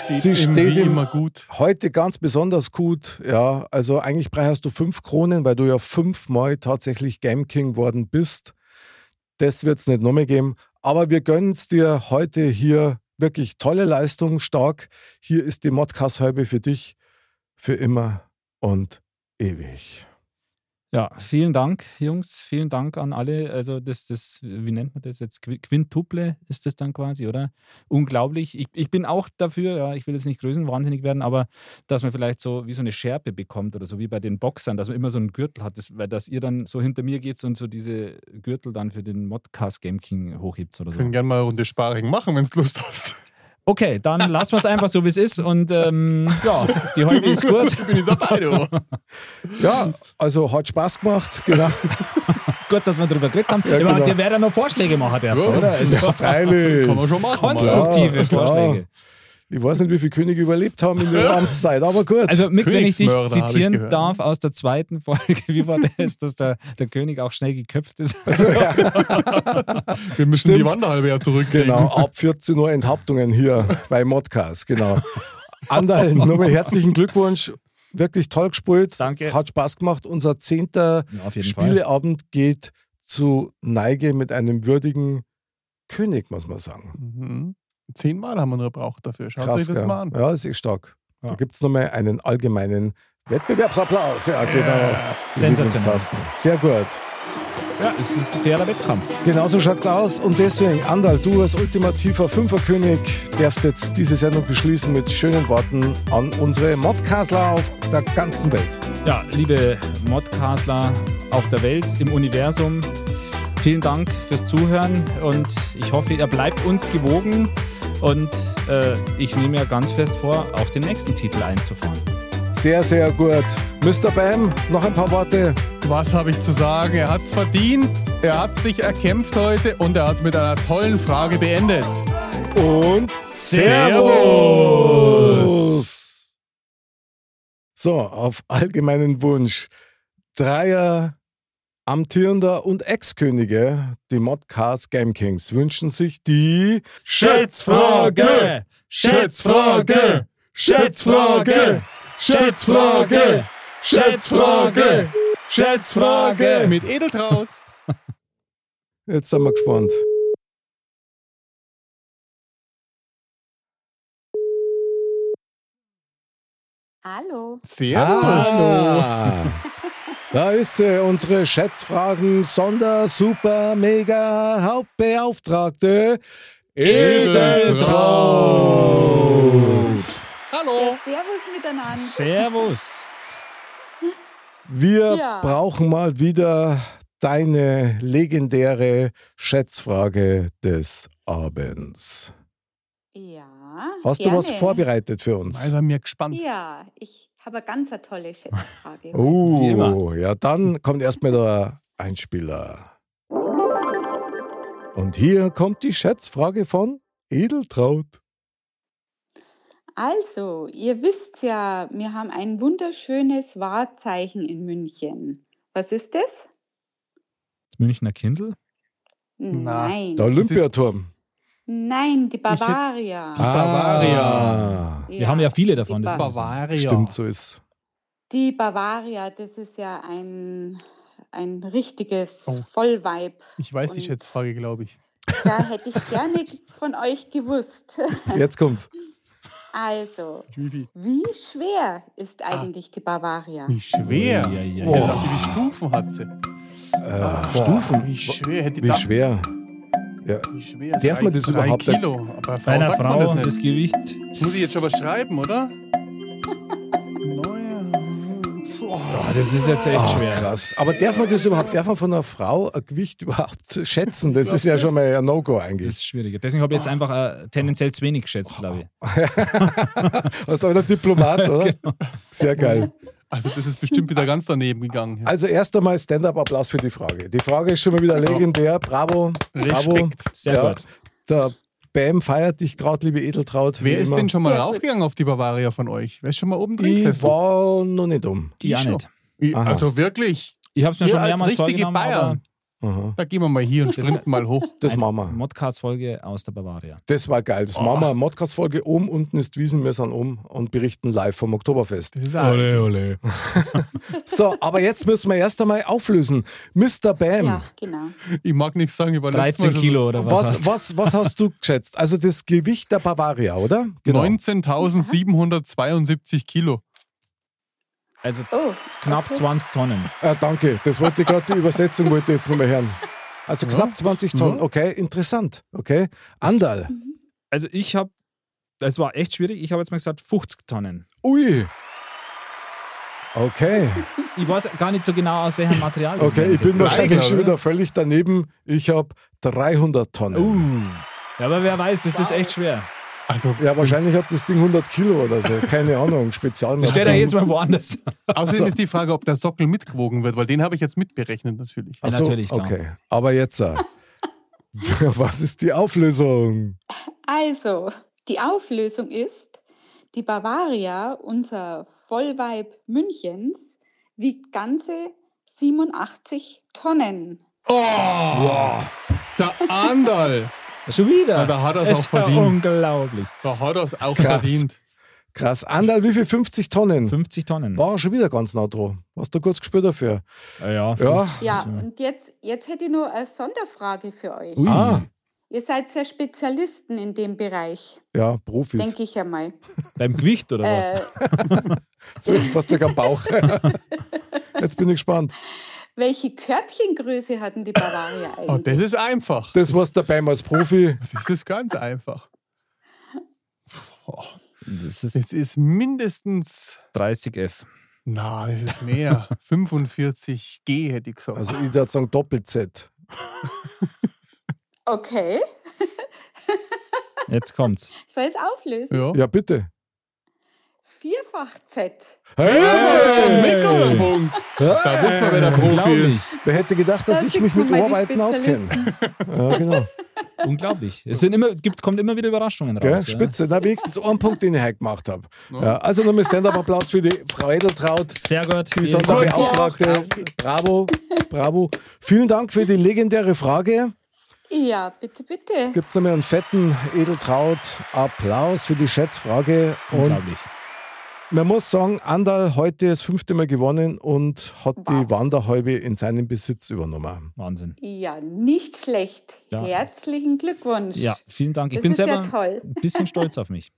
B: steht
A: Sie
B: im
A: steht
B: Wie
A: im-
B: immer gut.
A: Heute ganz besonders gut, ja. Also eigentlich brauchst du fünf Kronen, weil du ja fünfmal tatsächlich Game King worden bist. Das wird es nicht noch mehr geben. Aber wir gönnen es dir heute hier wirklich tolle Leistung, stark. Hier ist die Modcast-Halbe für dich für immer und ewig.
C: Ja, vielen Dank, Jungs. Vielen Dank an alle. Also, das, das, wie nennt man das jetzt? Qui- Quintuple ist das dann quasi, oder? Unglaublich. Ich, ich bin auch dafür, ja, ich will jetzt nicht größenwahnsinnig werden, aber dass man vielleicht so wie so eine Schärpe bekommt oder so wie bei den Boxern, dass man immer so einen Gürtel hat, das, weil dass ihr dann so hinter mir geht und so diese Gürtel dann für den Modcast Game King hochhebt oder so.
B: Können gerne mal eine Runde Sparring machen, wenn es Lust hast.
C: Okay, dann lassen wir es einfach so, wie es ist und ähm, ja, die Häube ist gut.
B: Bin ich dabei, du.
A: Ja, also hat Spaß gemacht. Genau.
C: Gut, dass wir drüber geredet haben.
A: Ja,
C: ich meine,
A: genau.
C: der wäre ja noch Vorschläge machen dürfen,
B: Ja.
C: oder? Also,
A: Ja,
B: Kann man
A: freilich.
B: schon machen.
A: Konstru-
B: mal.
C: konstruktive
A: Ja, klar.
C: Vorschläge.
A: Ich weiß nicht, wie viele Könige überlebt haben in ihrer Amtszeit, aber gut.
C: Also, Mick, wenn ich dich
B: Königsmörder, hab ich
C: zitieren
B: gehört.
C: darf aus der zweiten Folge, wie war das, dass der, der König auch schnell geköpft ist?
B: Wir müssen die
A: Stimmt.
B: Wanderhalbe ja zurückkriegen.
A: Genau, ab 14 Uhr Enthauptungen hier bei Modcast, genau. Anderl, nochmal herzlichen Glückwunsch. wirklich toll gespielt.
C: Danke.
A: Hat Spaß gemacht. Unser zehnter
C: Ja, auf jeden Fall.
A: Spieleabend geht zu Neige mit einem würdigen König, muss man sagen.
B: Mhm. Zehnmal haben wir nur gebraucht dafür. Schaut euch das
A: gell?
B: mal an.
A: Ja, das ist eh stark.
C: Ja.
A: Da gibt es nochmal einen allgemeinen Wettbewerbsapplaus. Ja, genau. Die
C: Sensationell.
A: Lieblingstasten. Sehr gut.
C: Ja, es ist ein fairer Wettkampf.
A: Genauso schaut's aus und deswegen, Andal, du als ultimativer Fünferkönig darfst jetzt diese Sendung beschließen mit schönen Worten an unsere Modcastler auf der ganzen Welt.
C: Ja, liebe Modcastler auf der Welt, im Universum, vielen Dank fürs Zuhören und ich hoffe, ihr bleibt uns gewogen und äh, ich nehme ja ganz fest vor, auch den nächsten Titel einzufahren.
A: Sehr, sehr gut. Mr. Bam, noch ein paar Worte.
B: Was habe ich zu sagen? Er hat's verdient, er hat sich erkämpft heute und er hat mit einer tollen Frage beendet.
A: Und Servus! So, auf allgemeinen Wunsch. Dreier amtierender und Ex-Könige, die Modcast Game Kings, wünschen sich die
E: Schätzfrage! Schätzfrage! Schätzfrage! Schätzfrage! Schätzfrage! Schätzfrage!
B: Mit Edeltraut.
A: Jetzt sind wir gespannt.
F: Hallo.
B: Servus.
A: Ah, da ist sie, unsere Schätzfragen Sonder Super Mega Hauptbeauftragte Edeltraut.
B: Hallo.
F: Servus miteinander.
C: Servus!
A: Wir
F: Ja.
A: brauchen mal wieder deine legendäre Schätzfrage des Abends.
F: ja.
A: Hast
F: gerne.
A: du was vorbereitet für uns?
B: Also mir gespannt.
F: Ja, ich habe eine ganz eine tolle Schätzfrage.
C: Wie
A: Oh,
C: immer.
A: ja, dann kommt erstmal der Einspieler. Und hier kommt die Schätzfrage von Edeltraut.
F: Also, ihr wisst ja, wir haben ein wunderschönes Wahrzeichen in München. Was ist das?
C: Das Münchner Kindl?
B: Na,
F: Nein.
A: Der Olympiaturm.
F: Nein, die Bavaria.
A: Bavaria.
C: Wir haben ja viele davon.
F: Die,
C: Das
F: Bavaria.
C: ist
B: Bavaria.
A: Ah, Stimmt, so ist.
F: die Bavaria, das ist ja ein, ein richtiges
B: Oh.
F: Vollweib.
B: Ich weiß die
F: Und-
B: Schätzfrage, glaube ich.
F: Da hätte ich gerne von euch gewusst.
A: Jetzt kommt.
F: Also,
B: Wie
F: Wie schwer ist eigentlich die Bavaria?
B: schwer.
C: Ja, ja,
B: Ich
C: ja.
B: dachte, wie Stufen hat sie.
A: Äh, Stufen.
B: Wie schwer hätte
A: Wie
B: ich
A: schwer.
B: Wie schwer?
A: Darf man das
B: Drei
A: überhaupt-
B: Kilo. Aber
C: Bei
B: Frau
C: einer
B: sagt man
C: Frau
B: das
C: das
B: nicht.
C: Gewicht.
B: Das muss ich jetzt schon was schreiben, oder? Neuer.
C: Boah, das ist jetzt echt
A: Ah,
C: schwer. ne?
A: krass. Aber darf man das überhaupt, darf man von einer Frau ein Gewicht überhaupt schätzen? Das ist ja schon mal ein No-Go
C: Das ist
A: eigentlich.
C: schwieriger. Deswegen habe ich jetzt einfach äh, tendenziell zu wenig
B: Oh,
C: geschätzt, glaube ich.
A: Was soll der Diplomat, oder? Sehr geil.
B: Also das ist bestimmt wieder ganz daneben gegangen.
A: Also erst einmal Stand-up-Applaus für die Frage. Die Frage ist schon mal wieder legendär. Bravo. Bravo.
B: Respekt.
C: Sehr
A: Ja.
C: gut.
A: Der Bam feiert dich gerade, liebe Edeltraut.
B: Wer
A: wie
B: ist
A: immer.
B: denn schon mal
F: Ja,
B: raufgegangen auf die Bavaria von euch? Wer ist schon mal oben drin
A: Ich
B: gesessen?
A: war noch nicht um.
C: Die ja
B: schon.
C: nicht.
B: Ich-
A: Aha.
B: Also wirklich,
C: Ich habe es mir
B: Wir
C: schon
B: als
C: mehrmals
B: richtige
C: vorgenommen,
B: Bayern.
A: Aha.
B: da gehen wir mal hier und sprinten mal hoch.
A: Das
C: Ein-
A: machen
C: aber
A: wir.
C: Modcast-Folge aus der Bavaria.
A: Das war geil. Das
B: Ah.
A: machen wir. Modcast-Folge oben, unten ist Wiesen, wir sind um und berichten live vom Oktoberfest.
B: Das ist auch
C: ole.
A: So, aber jetzt müssen wir erst einmal auflösen. Mr. Bam,
F: Ja, genau.
B: ich mag nichts sagen, ich war letztes
C: 13
B: Mal
C: Kilo oder was?
A: was,
C: hast du?
A: was, was hast du geschätzt? Also das Gewicht der Bavaria, oder?
B: Genau. 19.772 Kilo.
C: Also
F: Oh,
C: knapp 20 Tonnen.
A: Äh, danke, das wollte ich gerade, die Übersetzung wollte ich jetzt nochmal hören. Also
C: Ja.
A: knapp 20 Tonnen,
C: Ja.
A: okay, interessant, okay. Andal,
C: Also ich habe, das war echt schwierig, ich habe jetzt mal gesagt 50 Tonnen.
A: ui. Okay,
C: Ich weiß gar nicht so genau, aus welchem Material das
A: okay,
C: im
A: ich bin
C: Endeffekt ist.
A: wahrscheinlich
B: oder?
A: schon wieder völlig daneben. Ich habe 300 Tonnen.
C: Uh. Ja, aber wer weiß, das ist echt schwer.
B: Also
A: Ja, wahrscheinlich hat das Ding 100 Kilo oder so. Keine Ahnung,
C: Das
A: Spezialmaschine.
C: steht ja jedes Mal woanders.
B: außerdem ist die Frage, ob der Sockel mitgewogen wird, weil den habe ich jetzt mitberechnet natürlich.
A: Ach so,
C: natürlich, klar.
A: Okay, aber jetzt, äh, was ist die Auflösung?
F: also, die Auflösung ist, die Bavaria, unser Vollweib Münchens, wiegt ganze 87 Tonnen.
B: Oh, der Andal,
C: Schon wieder.
B: Ja, da hat er's
C: Es
B: auch
C: ist ja
B: verdient.
C: unglaublich.
B: da hat er es auch
A: Krass.
B: verdient.
A: Krass. Andal, wie viel? 50 Tonnen?
C: 50 Tonnen.
A: War schon wieder ganz nah dran. Hast du kurz gespürt dafür?
C: Ja,
A: Ja.
C: 50
F: Ja,
C: ist ja- Hm?
F: und jetzt, jetzt hätte ich noch eine Sonderfrage für euch.
A: Ui. Ah,
F: Ihr seid ja Spezialisten in dem Bereich,
A: ja, Profis.
F: denke ich einmal.
C: Beim Gewicht oder was?
F: Äh,
A: Jetzt wird fast weg am Bauch. Jetzt bin ich gespannt.
F: welche Körbchengröße hatten die Bavaria
C: Ah,
B: Oh,
F: eigentlich?
B: das ist einfach.
A: Das war's dabei als Profi.
B: Das ist ganz einfach.
C: Das ist
B: Es ist mindestens,
C: 30F.
B: na, das ist mehr. 45 G hätte ich gesagt.
A: Also ich würde sagen Doppel-Z.
F: Okay,
C: Jetzt kommt's.
F: soll ich es auflösen?
B: ja.
A: Ja, bitte.
F: Vierfach Z.
B: Hey,
A: Hey!
B: Mick oder Punkt. Da wissen wir, wer der Profi
C: Unglaublich.
B: ist.
A: Wer hätte gedacht, dass
F: Da
A: ich
F: sieht
A: mich
F: man
A: mit
F: mal die
A: Ohrarbeiten auskenne? Ja, genau.
C: Unglaublich. Es sind immer, gibt, kommt immer wieder Überraschungen
A: Gell?
C: raus. Ja.
A: Spitze. Na, wenigstens einen Punkt, den ich heute gemacht habe. Ja, also nochmal Stand-Up-Applaus für die Frau Edeltraut.
C: Sehr gut.
A: Die
C: vielen Dank.
A: Sonderbeauftragte. Bravo, bravo. Vielen Dank für die legendäre Frage.
F: Ja, bitte, bitte.
A: Gibt es nochmal einen fetten Edeltraut-Applaus für die Schätzfrage. Und
C: Unglaublich.
A: man muss sagen, Andal heute das fünfte Mal gewonnen und hat die Wanderhäube in seinen Besitz übernommen.
C: Wahnsinn.
F: Ja, nicht schlecht.
C: Ja.
F: Herzlichen Glückwunsch.
C: Ja, vielen Dank. Ich
F: Das
C: bin
F: ist ja
C: selber
F: toll.
C: ein bisschen stolz auf mich.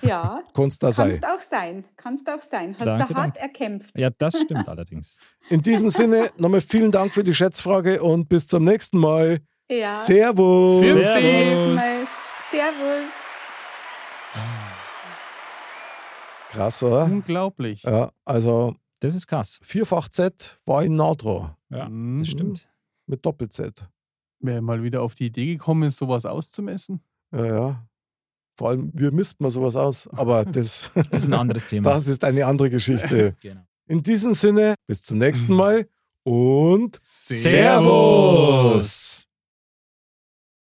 F: ja.
A: Kannst da sein.
F: Kannst auch sein, kannst auch sein. Hast
C: Danke,
F: du hart
C: danke.
F: erkämpft.
C: Ja, das stimmt allerdings.
A: In diesem Sinne nochmal vielen Dank für die Schätzfrage und bis zum nächsten Mal.
F: Ja.
A: Servus.
B: Servus.
F: Mal. Servus.
A: Krass, oder?
B: Unglaublich.
A: Ja, also
C: Das ist krass.
A: vierfach Z war in Nadro
C: Ja,
B: Mhm.
C: das stimmt.
A: mit Doppel Z.
B: Wer mal wieder auf die Idee gekommen ist, sowas auszumessen?
A: Ja, ja. Vor allem, wie misst man sowas aus? Aber das,
C: Das ist ein anderes Thema.
A: das ist äh, eine andere Geschichte.
C: Genau.
A: In diesem Sinne, bis zum nächsten Mal und
C: Servus.